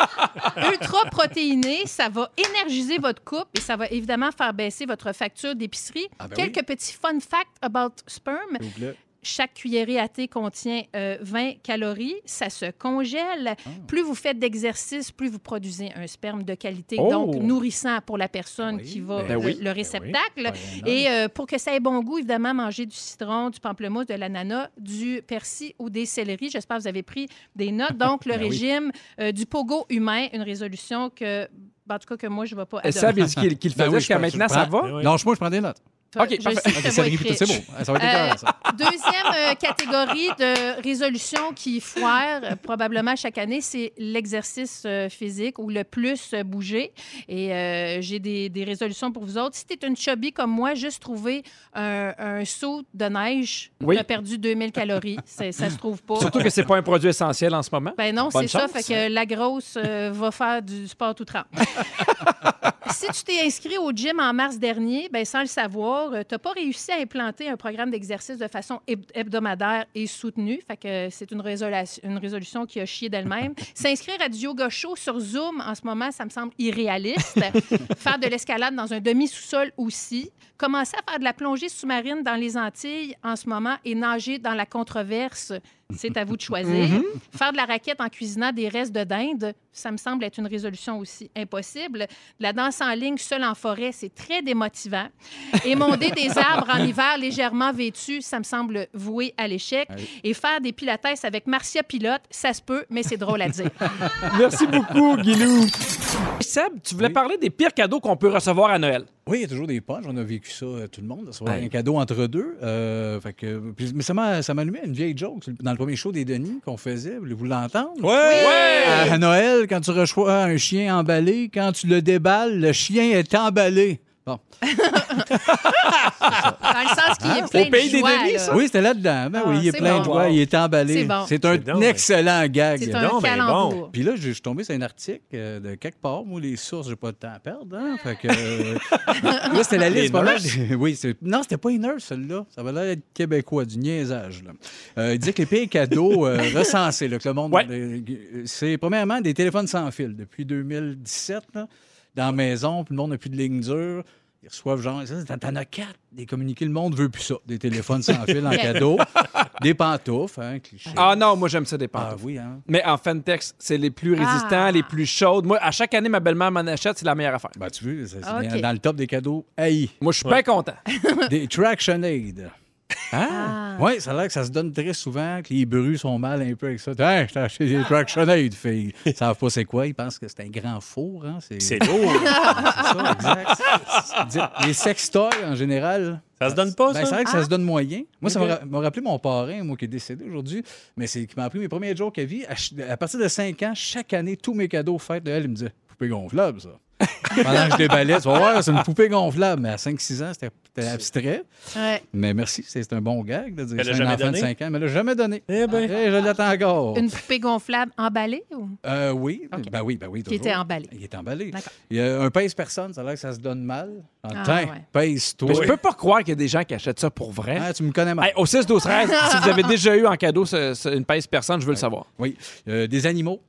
S4: ultra protéiné. Ça va énergiser votre couple et ça va évidemment faire baisser votre facture d'épicerie.
S2: Ah ben
S4: Quelques petits fun facts about sperm.
S2: S'il vous plaît.
S4: Chaque cuillerée à thé contient euh, 20 calories. Ça se congèle.
S2: Ah.
S4: Plus vous faites d'exercice, plus vous produisez un sperme de qualité,
S1: Oh!
S4: donc nourrissant pour la personne
S2: Oui,
S4: qui va
S2: ben
S4: le,
S1: oui.
S4: le réceptacle.
S2: Ben oui.
S4: Et euh, pour que ça ait bon goût, évidemment, manger du citron, du pamplemousse, de l'ananas, du persil ou des céleris. J'espère que vous avez pris des notes. Donc, le
S2: Ben oui.
S4: régime euh, du pogo humain, une résolution que, ben, en tout cas, que moi, je ne vais pas
S1: Et ça,
S4: adorer.
S1: il dit qu'il qu'il le
S2: Ben
S1: faisait
S2: oui, je
S1: jusqu'à
S2: pense- je
S1: maintenant, ça
S2: prends-
S1: va?
S3: Oui.
S2: Non, je- moi, je prends des notes.
S4: Toi,
S2: ah,
S1: OK,
S4: je
S1: parfait.
S4: sais que
S2: Ok,
S4: ça va
S2: céleri,
S4: être
S2: plutôt, c'est
S4: riche.
S2: beau. Ça va être
S4: Euh,
S2: écœurant, ça.
S4: Deuxième euh, catégorie de résolution qui foire euh, probablement chaque année, c'est l'exercice euh, physique ou le plus euh, bouger. Et euh, j'ai des, des résolutions pour vous autres. Si tu es une chubby comme moi, juste trouver un, un saut de neige,
S1: Oui.
S4: tu as perdu 2000 calories. C'est- Ça se trouve pas.
S1: Surtout que c'est pas un produit essentiel en ce moment.
S4: Ben non,
S1: Bonne
S4: c'est ça.
S1: chance.
S4: Fait que la grosse euh, va faire du sport tout trempe. si tu t'es inscrit au gym en mars dernier, ben sans le savoir, tu n'as pas réussi à implanter un programme d'exercice de façon heb- hebdomadaire et soutenue. Fait que c'est une, résolation- une résolution qui a chié d'elle-même. S'inscrire à du yoga show sur Zoom en ce moment, ça me semble irréaliste. faire de l'escalade dans un demi-sous-sol aussi. Commencer à faire de la plongée sous-marine dans les Antilles en ce moment et nager dans la controverse. C'est à vous de choisir. Faire de la raquette en cuisinant des restes de dinde, ça me semble être une résolution aussi impossible. La danse en ligne seule en forêt, c'est très démotivant. Émonder des arbres en hiver légèrement vêtus, ça me semble voué à l'échec. Et faire des pilates avec Marcia Pilote, ça se peut, mais c'est drôle à dire.
S1: Merci beaucoup, Guilou. Seb, tu voulais
S2: Oui.
S1: parler des pires cadeaux qu'on peut recevoir à Noël.
S2: Oui, il y a toujours des punches. On a vécu ça, euh, tout le monde, recevoir
S1: Ouais.
S2: un cadeau entre deux. Euh, fait que, puis- mais ça m'a ça m'a allumé une vieille joke sur le- dans le premier show des Denis qu'on faisait. Voulez-vous l'entendre?
S3: Ouais!
S2: À, à Noël, quand tu reçois un chien emballé, quand tu le déballes, le chien est emballé. Bon, Bon.
S4: Dans le sens qu'il est plein
S1: Au pays
S4: de
S1: des
S4: joie,
S1: délits,
S4: là.
S1: ça?
S2: Oui, c'était là-dedans. Ben
S4: Ah,
S2: oui, il est
S4: c'est
S2: plein
S4: bon.
S2: de joie, il est emballé.
S4: C'est bon.
S2: C'est un
S3: C'est donc,
S2: excellent gag.
S4: C'est
S3: Non,
S4: un
S3: mais
S4: calembour.
S2: Puis là, je je suis tombé sur un article euh, de quelque part. Moi, les sources, j'ai pas de temps à perdre. hein. Fait que, euh, là, c'était la
S3: Les
S2: liste. pas mal.
S3: nurses?
S2: Oui, c'est- non, c'était pas une nurse, celle-là. Ça va l'air d'être québécois, du niaisage. là. Euh, il disait que les pires cadeaux euh, recensés, là, que le monde.
S1: Ouais.
S2: euh, c'est premièrement des téléphones sans fil. Depuis 2017, là, dans la maison, puis le monde n'a plus de ligne dure. Ils reçoivent genre, ça, t'en- t'en as quatre, des communiqués, le monde veut plus ça. Des téléphones sans fil en cadeau, des pantoufles, hein, cliché.
S1: Ah non, moi, j'aime ça des
S2: Ah
S1: pantoufles.
S2: oui, hein.
S1: Mais en Fantex, c'est les plus résistants,
S4: Ah.
S1: les plus chaudes. Moi, à chaque année, ma belle-mère m'en achète, c'est la meilleure affaire.
S2: Ben, tu veux, c'est
S4: Ok.
S2: dans- dans le top des cadeaux haïs.
S1: Moi, je suis bien content.
S2: Des Traction Aid. Ah! Oui, ça a l'air que ça se donne très souvent, que les brus sont mal un peu avec ça. Hey, je t'ai acheté des Traction Aid, fille. Ils savent pas c'est quoi, ils pensent que c'est un grand four. Hein?
S3: C'est lourd.
S2: C'est ça, exact. Dis- les sextoys, en général.
S3: Ça se donne pas,
S2: Ben,
S3: ça?
S2: c'est vrai que ça se donne moyen. Moi, ça
S1: Ok.
S2: m'a ra- m'a rappelé mon parrain, moi, qui est décédé aujourd'hui, mais c'est qui m'a appris mes premiers jours qu'à vie. À, ch- à partir de 5 ans, chaque année, tous mes cadeaux fêtes de elle, il me disait Poupée gonflable, ça. Pendant que je déballais, tu vas voir, c'est une poupée gonflable. Mais à 5-6 ans, c'était- c'était abstrait.
S4: Ouais.
S2: Mais merci, c'est c'est un bon gag de dire
S3: Elle
S2: c'est
S3: l'a
S2: un
S3: jamais
S2: enfant de
S3: donné?
S2: 5 ans, mais elle l'a jamais donné.
S3: Eh ben.
S2: Eh, je l'attends encore.
S4: Une poupée gonflable emballée ou?
S2: Euh, oui,
S4: Ok.
S2: ben oui, ben oui.
S4: Qui
S2: toujours.
S4: était emballé.
S2: Il est emballé.
S4: D'accord.
S2: Il y a un pèse-personne, ça a l'air que ça se donne mal.
S4: Ah,
S2: Tiens,
S4: ouais.
S1: Mais
S2: pèse-toi.
S1: Ben, je peux pas croire qu'il y a des gens qui achètent ça pour vrai.
S2: Ah, tu me connais mal.
S1: Hey, au 6 12 13 si vous avez déjà eu en cadeau ce- ce- une pèse personne, je veux le savoir.
S2: Oui. Euh, des animaux.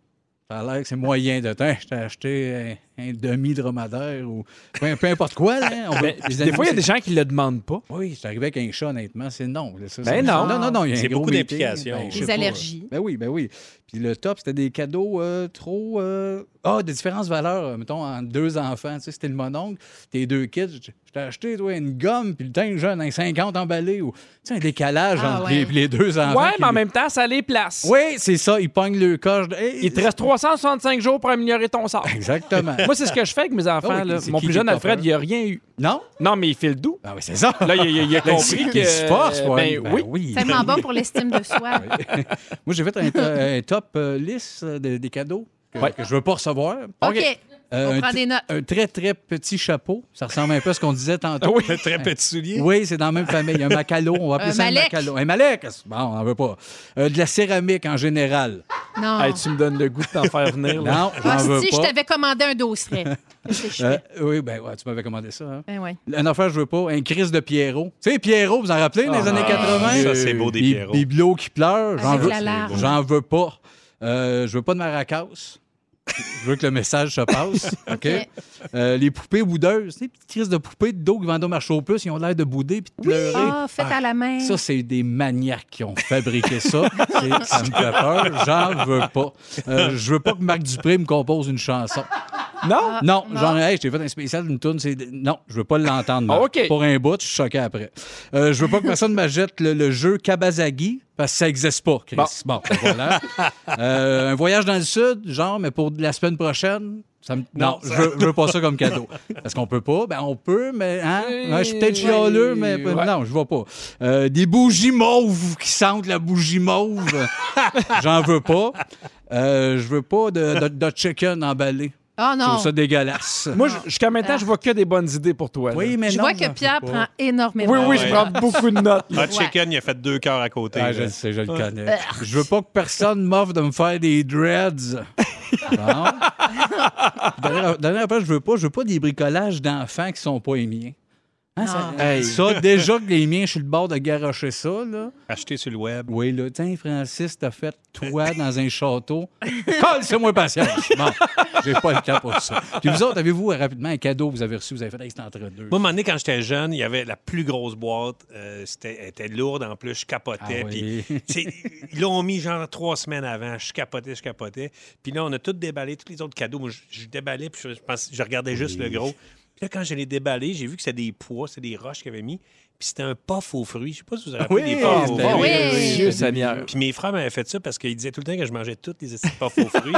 S2: Ça a l'air que c'est moyen de temps. Je t'ai acheté un, un demi-dromadaire ou peu, peu importe quoi. Là, hein. On veut-
S1: Mais
S2: les
S1: Ben, des
S2: animaux,
S1: fois, il y a des
S2: c'est-
S1: gens qui le demandent pas.
S2: Oui, c'est arrivé avec un chat, honnêtement. C'est non. là, ça,
S1: Ben
S2: c'est-
S1: non.
S2: Non, non, non. il y a un
S3: C'est
S2: gros
S3: beaucoup
S2: meeting.
S3: d'implications.
S2: Ben, je sais
S4: Des
S2: pas.
S4: allergies.
S2: Ben oui, ben oui. Puis le top, c'était des cadeaux euh, trop. euh, Ah, de différentes valeurs. euh, Mettons, en deux enfants. Tu sais, c'était le mononcle. Tes deux kids. Je je t'ai acheté, toi, une gomme. Puis le temps, jeune, un 50 emballé. Ou, tu sais, un décalage
S4: Ah,
S2: entre
S4: ouais.
S2: les, puis les deux enfants.
S1: Ouais,
S2: qui-
S1: mais en même temps, ça les place.
S2: Oui, c'est ça. Ils pognent le coche. Hey,
S1: Il te reste 365 jours pour améliorer ton sort.
S2: Exactement.
S1: Moi, c'est ce que je fais avec mes enfants.
S2: Ah oui,
S1: là.
S2: c'est
S1: Mon
S2: qui
S1: plus
S2: qui
S1: jeune
S2: t'a
S1: Alfred,
S2: offert?
S1: il a rien eu.
S2: non?
S1: Non, mais il fait le doux.
S2: Ah oui, c'est ça.
S1: Là, il, Ben, il- il a compris que.
S2: Il se passe, ouais.
S1: Ben
S2: Ben
S1: oui.
S4: Tellement bas pour l'estime de soi.
S2: Moi, j'ai fait un, to- un top euh, liste euh, de- des cadeaux que,
S1: Ouais.
S2: que je veux pas recevoir.
S4: OK.
S2: Euh,
S4: On
S2: un,
S4: prend
S2: t-
S4: des notes.
S2: un très, très petit chapeau. Ça ressemble un peu à ce qu'on disait tantôt.
S1: Ah oui.
S3: Un très petit soulier.
S2: Oui, c'est dans la même famille. Un macalo, on va appeler
S4: Un
S2: ça
S4: malek.
S2: un macalo. Un malek! Bon, on n'en veut pas. Euh, de la céramique en général.
S4: Non.
S1: Hey, tu me donnes le goût de t'en faire venir. là.
S2: Non, j'en
S4: Ah,
S2: veux
S4: si je
S2: pas.
S4: t'avais commandé un dosseret. Qu'est-ce que je
S2: Euh,
S4: fais?
S2: oui, ben ouais, tu m'avais commandé ça. Hein?
S4: Ben ouais.
S2: Un affaire, je veux pas. Un crise de Pierrot. Tu sais, Pierrot, vous en rappelez, dans les années 80?
S3: Ah, ça, c'est beau, des
S2: Bi-
S3: Pierrot.
S2: Bibelot qui pleure. J'en
S4: Avec
S2: veux,
S4: Ah, la larme.
S2: j'en veux pas. Euh, je veux pas de maracas. Je veux que le message se passe. OK? Euh, les poupées boudeuses. Tu sais, petites crises de poupées de dos qui vendent au marché aux puces, ils ont l'air de bouder puis de pleurer.
S4: Ah, fait à la main.
S2: Ça, c'est des maniaques qui ont fabriqué ça. C'est- ça me fait peur. J'en veux pas. Euh, je veux pas que Marc Dupré me compose une chanson.
S1: Non?
S2: Non,
S4: non.
S2: genre, hey, je t'ai fait un spécial d'une tourne. C'est... Non, je veux pas l'entendre. Marc.
S1: Ah, OK.
S2: Pour un bout, je suis choqué après. Euh, je veux pas que personne m'achète le, le jeu Kabazagi parce que ça existe pas, Chris. Bon, ben voilà. Euh, un voyage dans le sud, genre, mais pour la semaine prochaine. ça me- Non, je, veux, je veux pas ça comme cadeau. Parce qu'on peut pas. Ben, on peut, mais hein? Ouais, je suis peut-être
S1: Ouais.
S2: chialeux, mais mais
S1: Ouais.
S2: non, je vois pas. Euh, des bougies mauves qui sentent la bougie mauve. J'en veux pas. Euh, je veux pas de, de, de chicken emballé.
S4: Ah
S2: Je
S4: non.
S2: trouve ça dégueulasse. Euh,
S1: Moi, je- jusqu'à maintenant, je vois que des bonnes idées pour toi. là.
S2: oui, mais
S4: Je
S2: non,
S4: vois que
S2: j'en
S4: Pierre
S2: veux
S4: prend
S2: hein. pas.
S4: énormément
S1: Oui, oui,
S4: de
S1: je prends
S4: notes.
S1: beaucoup de notes. là.
S3: Hot Chicken, il a fait deux cœurs à côté.
S2: Ah,
S3: là.
S2: je le sais, je le
S4: Euh,
S2: connais. Je veux pas que personne m'offre de me faire des dreads. Bon. Dernière dernière affaire, je veux pas, je veux pas des bricolages d'enfants qui sont pas les miens. Hein, ça, Hey, ça, déjà que les miens, je suis le bord de garocher ça, là.
S3: Acheté sur le web.
S2: Oui, là, tiens, Francis, t'as fait toi dans un château. Colle, c'est moins patience. Bon, j'ai pas le temps pour ça. Puis vous autres, avez-vous euh, rapidement un cadeau que vous avez reçu, vous avez fait, hey, c'est entre deux.
S3: Moi, à un moment donné, quand j'étais jeune, il y avait la plus grosse boîte. euh, c'était, elle était lourde en plus. Je capotais.
S2: Ah
S3: puis,
S2: oui.
S3: tu sais, ils l'ont mis genre trois semaines avant. Je capotais, je capotais. Puis là, on a tout déballé, tous les autres cadeaux. Moi, je, je déballais, puis je, je pense- je regardais juste le gros. Puis là, quand je l'ai déballé, j'ai vu que c'était des pois, c'était des roches qu'ils avaient mis. Puis c'était un puff aux fruits. Je sais pas si vous avez rappelé des puffs aux
S2: ben
S3: fruits.
S4: oui.
S1: Dieu Seigneur.
S3: Puis mes frères m'avaient fait ça parce qu'ils disaient tout le temps que je mangeais toutes les estis de puffs aux fruits.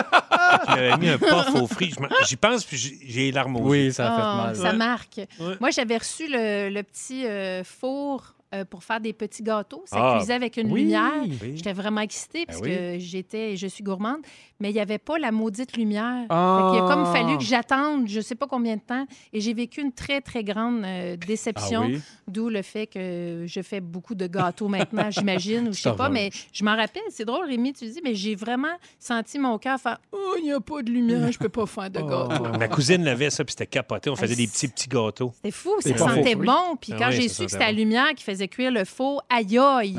S3: Ils m'avaient mis un puff aux fruits. Je m'en- J'y pense, puis j'ai- j'ai les larmes aux yeux.
S2: Oui, ça a fait
S4: Ah,
S2: mal.
S4: Ça marque.
S3: Ouais.
S4: Moi, j'avais reçu le, le petit euh, four euh, pour faire des petits gâteaux. Ça
S3: Ah,
S4: cuisait avec une
S1: oui.
S4: lumière.
S3: Oui.
S4: J'étais vraiment excitée parce
S2: Ben oui.
S4: que j'étais, je suis gourmande, mais il n'y avait pas la maudite lumière.
S1: Ah.
S4: Il a comme fallu que j'attende je ne sais pas combien de temps et j'ai vécu une très, très grande euh, déception,
S2: Ah oui?
S4: d'où le fait que je fais beaucoup de gâteaux maintenant, j'imagine, ou je sais
S2: Ça
S4: pas,
S2: va.
S4: mais je m'en rappelle. C'est drôle, Rémi, tu dis, mais j'ai vraiment senti mon cœur faire « Oh, il n'y a pas de lumière, je peux pas faire
S1: Oh.
S4: de
S1: Ah,
S4: gâteaux.
S3: Ma cousine l'avait, ça, puis c'était capoté. On faisait
S4: Ah,
S3: des
S4: c'est-
S3: petits, petits gâteaux.
S4: C'était fou,
S1: C'est
S4: ça
S1: pas
S4: sentait
S1: faux.
S4: bon. Puis
S3: Ah
S4: quand
S3: oui,
S4: j'ai
S3: ça
S4: su que c'était
S3: sentait
S4: la
S3: bon.
S4: lumière qui faisait cuire le faux, aïe aïe!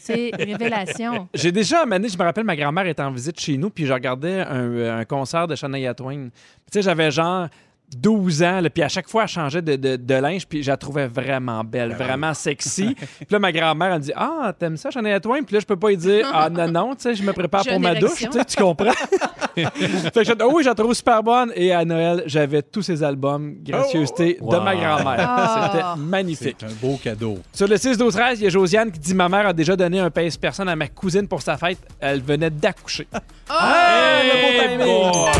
S4: C'est révélation.
S1: J'ai déjà amené, je me rappelle, ma grand-mère était en visite chez nous, puis je regardais un, euh, un concert de Shania Twain. Tu sais, j'avais genre 12 ans, là, puis à chaque fois, elle changeait de, de- de linge, puis je la trouvais vraiment belle, vraiment sexy. puis là, ma grand-mère, elle me dit Ah, t'aimes ça, Shania Twain Puis là, je peux pas lui dire Ah, non, non, tu sais, je me prépare
S4: J'ai
S1: pour
S4: une
S1: ma douche,
S4: érection.
S1: tu sais, tu comprends Fait que je dis, Ah oui, je la trouve super bonne. Et à Noël, j'avais tous ces albums, gracieuseté, de
S3: Wow.
S1: ma grand-mère.
S4: Ah.
S1: C'était magnifique.
S2: C'est un beau cadeau.
S1: Sur le 6 12 13, il y a Josiane qui dit ma mère a déjà donné un pince personne à ma cousine pour sa fête, elle venait d'accoucher.
S7: Ah!
S1: Hey, le beau timing!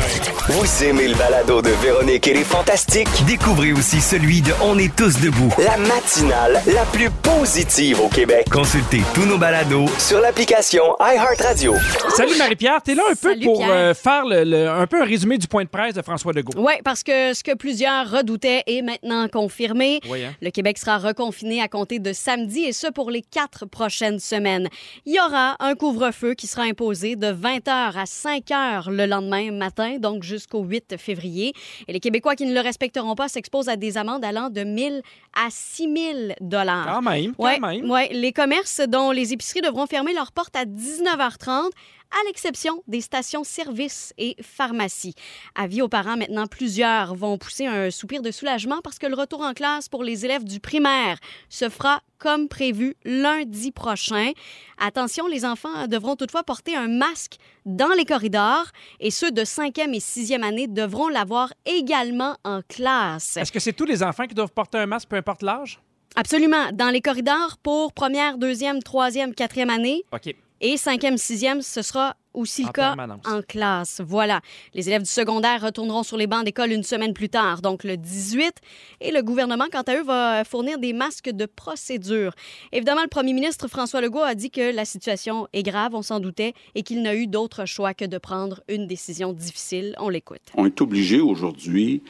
S6: Vous aimez le balado de Véronique et les Fantastiques?
S5: Découvrez aussi celui de On est tous debout.
S6: La matinale la plus positive au Québec.
S5: Consultez tous nos balados
S6: Sur l'application iHeartRadio.
S1: Salut Marie-Pierre, t'es là un peu
S7: Salut,
S1: pour
S7: Pierre.
S1: euh, faire le- le- un peu un résumé du point de presse de François Legault.
S7: Oui, parce que ce que plusieurs redoutaient est maintenant confirmé.
S1: Voyons.
S7: Le Québec sera reconfiné à compter de samedi et ce pour les quatre prochaines semaines. Il y aura un couvre-feu qui sera imposé de 20h à 5h le lendemain matin, donc jusqu'au 8 février. Et les Québécois qui ne le respecteront pas s'exposent à des amendes allant de 1000 à 6000 dollars.
S1: Quand même, quand
S7: Ouais,
S1: même.
S7: ouais. les commerces dont les épiceries devront fermer leurs portes à 19h30 à l'exception des stations-service et pharmacies. Avis aux parents, maintenant, plusieurs vont pousser un soupir de soulagement parce que le retour en classe pour les élèves du primaire se fera comme prévu lundi prochain. Attention, les enfants devront toutefois porter un masque dans les corridors et ceux de 5e et 6e année devront l'avoir également en classe.
S1: Est-ce que c'est tous les enfants qui doivent porter un masque, peu importe l'âge?
S7: Absolument. Dans les corridors pour première, deuxième, troisième, quatrième année
S1: OK.
S7: et cinquième, sixième, ce sera aussi le
S1: En
S7: cas
S1: permanence.
S7: en classe. Voilà. Les élèves du secondaire retourneront sur les bancs d'école une semaine plus tard, donc le 18. Et le gouvernement, quant à eux, va fournir des masques de procédure. Évidemment, le premier ministre François Legault a dit que la situation est grave, on s'en doutait, et qu'il n'a eu d'autre choix que de prendre une décision difficile. On l'écoute.
S9: on est obligé aujourd'hui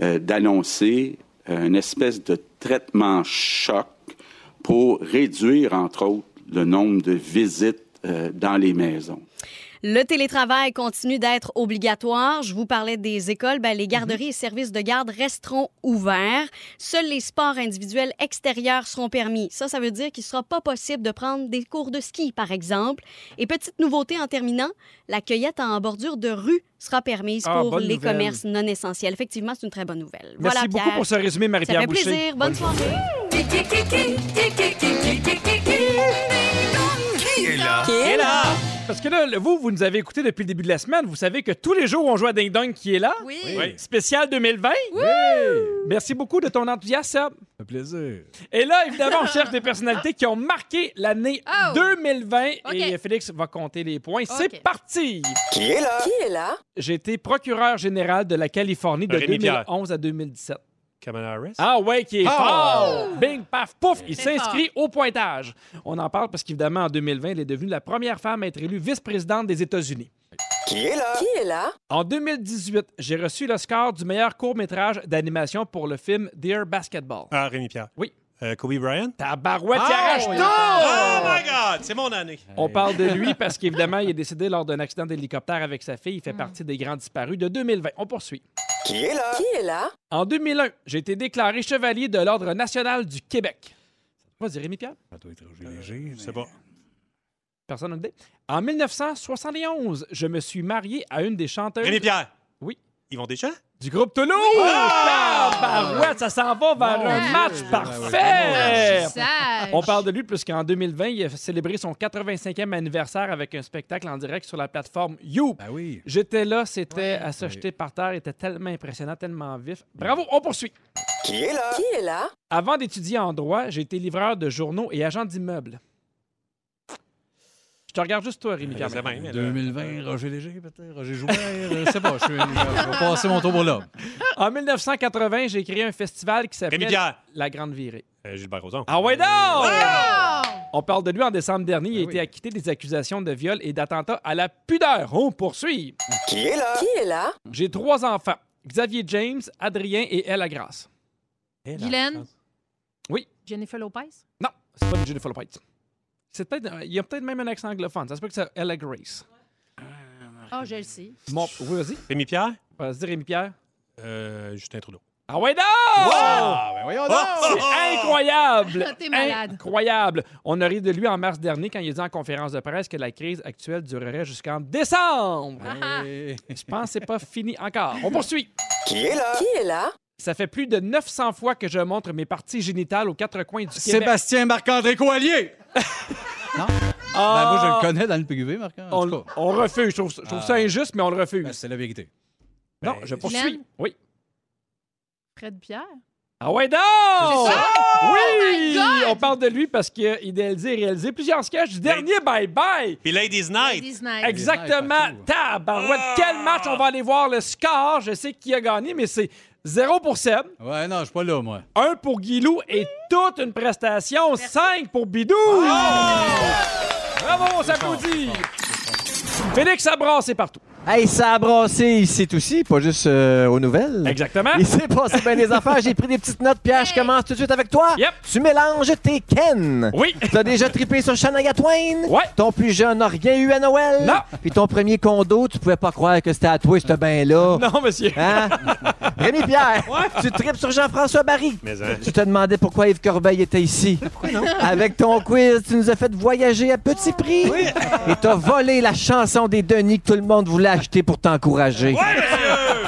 S9: euh, d'annoncer euh, une espèce de traitement choc pour réduire, entre autres, le nombre de visites euh, dans les maisons.
S7: Le télétravail continue d'être obligatoire. Je vous parlais des écoles. Ben, les
S9: Mhm.
S7: garderies et services de garde resteront ouverts. Seuls les sports individuels extérieurs seront permis. Ça, ça veut dire qu'il ne sera pas possible de prendre des cours de ski, par exemple. Et petite nouveauté en terminant, la cueillette en bordure de rue sera permise
S1: Ah,
S7: pour
S1: bonne
S7: les
S1: nouvelle.
S7: commerces non essentiels. Effectivement, c'est une très bonne nouvelle.
S1: Merci
S7: voilà,
S1: beaucoup
S7: Pierre.
S1: pour ce résumé,
S7: Ça
S1: Marie-Pierre
S7: fait
S1: Boucher.
S7: plaisir. Bonne soirée.
S1: Parce que là, le- vous, vous nous avez écoutés depuis le début de la semaine. Vous savez que tous les jours, on joue à Ding Dong qui est là.
S4: Oui.
S3: Oui.
S1: Spécial 2020. Merci beaucoup de ton enthousiasme, Seb.
S2: Un plaisir.
S1: Et là, évidemment, on cherche des personnalités qui ont marqué l'année
S4: Oh.
S1: 2020
S4: OK.
S1: et Félix va compter les points. C'est
S4: OK.
S1: parti!
S6: Qui est là?
S1: J'ai été procureur général de la Californie de
S3: Rémi Pierre.
S1: 2011 à 2017.
S3: Kamala Harris?
S1: Ah ouais, qui est
S3: Oh!
S1: fort! Bing, paf, pouf, il
S4: C'est
S1: s'inscrit au pointage. On en parle parce qu'évidemment, en 2020, elle est devenue la première femme à être élue vice-présidente des États-Unis.
S6: Qui est là?
S1: En 2018, j'ai reçu le score du meilleur court-métrage d'animation pour le film Dear Basketball.
S3: Ah, Rémi Pierre.
S1: Oui.
S3: Euh, Kobe Bryant?
S1: Tabarouette, il arrache tout! Ah,
S3: Oh my God! C'est mon année.
S1: On parle de lui parce qu'évidemment, il est décédé lors d'un accident d'hélicoptère avec sa fille. Il fait partie des grands disparus de 2020. On poursuit.
S6: Qui est là?
S1: En 2001, j'ai été déclaré chevalier de l'Ordre national du Québec. Vas-y, Rémi Pierre.
S2: Ça doit être Roger Léger.
S3: Je sais Euh, pas.
S1: Personne n'a d'idée. En 1971, je me suis marié à une des chanteuses
S3: Rémi Pierre?
S1: Oui.
S3: Ils vont déjà?
S1: du groupe Toulouse. Tabarouette, ça s'en va vers
S2: Mon
S1: un
S4: Dieu.
S1: match parfait.
S4: Sage.
S1: On parle de lui parce qu'en 2020, il a célébré son 85e anniversaire avec un spectacle en direct sur la plateforme You.
S2: Ben oui.
S1: J'étais là, c'était à se
S2: oui.
S1: jeter par terre, il était tellement impressionnant, tellement vif. Bravo, on poursuit.
S6: Qui est là?
S1: Avant d'étudier en droit, j'ai été livreur de journaux et agent d'immeubles. Je te regarde juste toi, Rémi Pierre.
S3: c'est bien, mais là-
S2: 2020,
S3: euh,
S2: Roger Léger, peut-être. Roger Joubert. euh, Je sais pas. Je, suis, je vais passer mon tour pour l'homme.
S1: En 1980, j'ai créé un festival qui
S3: Rémi
S1: s'appelle
S3: Pierre.
S1: La Grande Virée.
S3: euh, Gilbert Rozon.
S1: Ah ouais, non! On parle de lui en décembre dernier.
S3: Ben
S1: Il a été acquitté des accusations de viol et d'attentat à la pudeur. On poursuit.
S6: Qui est là?
S10: Qui est là?
S1: J'ai trois enfants. Xavier James, Adrien et Elle à grâce.
S4: Guylaine?
S1: Oui.
S4: Jennifer Lopez?
S1: Non, c'est pas Jennifer Lopez. C'est peut-être, euh, il y a peut-être même un accent anglophone. Ça se peut que c'est Elle à Grace.
S4: Ah, je le sais.
S1: Mon, oui, vas-y.
S3: Rémi Pierre?
S1: Vas-y, Rémi Pierre.
S3: Euh, Justin Trudeau.
S1: Ah ouais, non!
S3: Ah, ben voyons donc!
S2: Oh!
S1: C'est incroyable!
S4: T'es malade.
S1: Incroyable! On a ri de lui en mars dernier quand il a dit en conférence de presse que la crise actuelle durerait jusqu'en décembre.
S2: Oh!
S1: Je pense que c'est pas fini encore. On poursuit.
S6: Qui est là?
S10: Qui est là?
S1: Ça fait plus de 900 fois que je montre mes parties génitales aux quatre coins du Québec.
S2: Sébastien Marc-André Coallier! non? Ben, moi, je le connais dans le PQV, Marc-André. en
S1: Ah! On,
S2: tout cas.
S1: Ah! on refuse. Je trouve, je trouve ça
S2: Ah.
S1: injuste, mais on le refuse.
S2: Ben, c'est la vérité.
S1: non,
S3: ben,
S1: je poursuis.
S4: Glenn?
S1: Oui.
S4: Fred Pierre?
S1: Ah ouais, non! oui! on parle de lui parce qu'il a idéalisé et réalisé plusieurs sketchs du dernier Bye Bye.
S3: Puis Ladies Night!
S4: Ladies Night.
S1: Exactement.
S2: Des
S1: Tabarouette. Quel match on va aller voir le score. Je sais qui a gagné, mais c'est 0 pour Seb,
S2: Ouais, non, je suis pas là, moi.
S1: 1 pour Guilou et toute une prestation, 5 pour Bidou. Bravo, on s'applaudit. Félix Sabras, c'est partout.
S11: Hey, ça a brassé ici aussi, pas juste euh, aux nouvelles.
S1: Exactement.
S11: Il s'est passé bien des affaires. J'ai pris des petites notes. Pierre, je commence tout de suite avec toi.
S1: Yep.
S11: Tu mélanges tes Ken.
S1: Oui.
S11: T'as déjà trippé sur Shania Twain.
S1: Ouais.
S11: Ton plus jeune n'a rien eu à Noël.
S1: Non.
S11: Puis ton premier condo, tu pouvais pas croire que c'était à toi, ce bain-là.
S1: Non, monsieur.
S11: Hein? Rémi Pierre, tu tripes sur Jean-François Barry.
S3: Mais hein.
S11: Tu te demandais pourquoi Yves Corbeil était ici. Avec ton quiz, tu nous as fait voyager à petit prix. Et t'as volé la chanson des Denis que tout le monde voulait acheter pour t'encourager.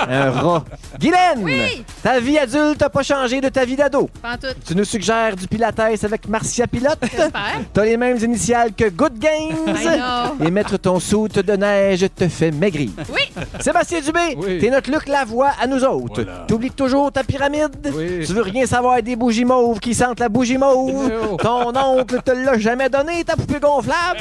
S11: Un rat. Guylaine, ta vie adulte n'a pas changé de ta vie d'ado.
S4: Pantoute.
S11: Tu nous suggères du pilates avec Marcia Pilote.
S4: J'espère. oh.
S11: T'as les mêmes initiales que Good Games.
S4: I
S11: Et mettre ton soute de neige te fait maigrir.
S4: Oui.
S11: Sébastien Dubé,
S2: Oui.
S11: t'es notre Luc Lavoie à nous autres. T'oublies toujours ta pyramide.
S2: Oui.
S11: Tu veux rien savoir des bougies mauves qui sentent la bougie mauve.
S2: No.
S11: Ton oncle te l'a jamais donné, ta poupée gonflable.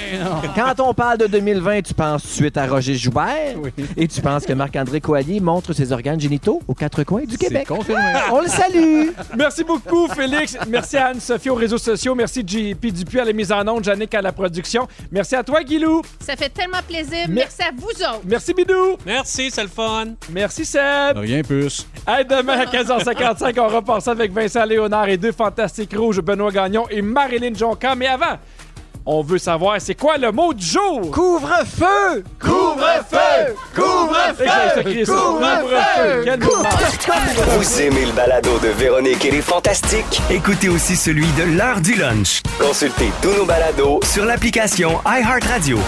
S11: Quand on parle de 2020, tu penses tout de suite à Roger Joubert. Et tu penses que Marc-André Coallier montre ses organes génitaux aux quatre coins du Québec.
S2: confirmé.
S11: On le salue.
S1: Merci beaucoup, Félix. Merci à Anne-Sophie aux réseaux sociaux. Merci JP Dupuis à la mise en onde, Jannick à la production. Merci à toi, Guilou.
S4: Ça fait tellement plaisir. Merci à vous autres.
S1: Merci, Bidou.
S3: Merci, c'est le fun!
S1: Merci, Seb.
S2: Rien plus.
S1: Hey, demain à 15h55, on repart ça avec Vincent Léonard et deux fantastiques rouges, Benoît Gagnon et Marilyn Jonca. Mais avant, on veut savoir c'est quoi le mot du jour?
S11: Couvre-feu! Couvre-feu!
S1: Hey, j'ai- j'ai crié ça. Couvre-feu! Quel moment.
S6: Vous aimez le balado de Véronique et les Fantastiques?
S5: Écoutez aussi celui de l'heure du lunch
S6: Consultez tous nos balados
S5: sur l'application iHeartRadio.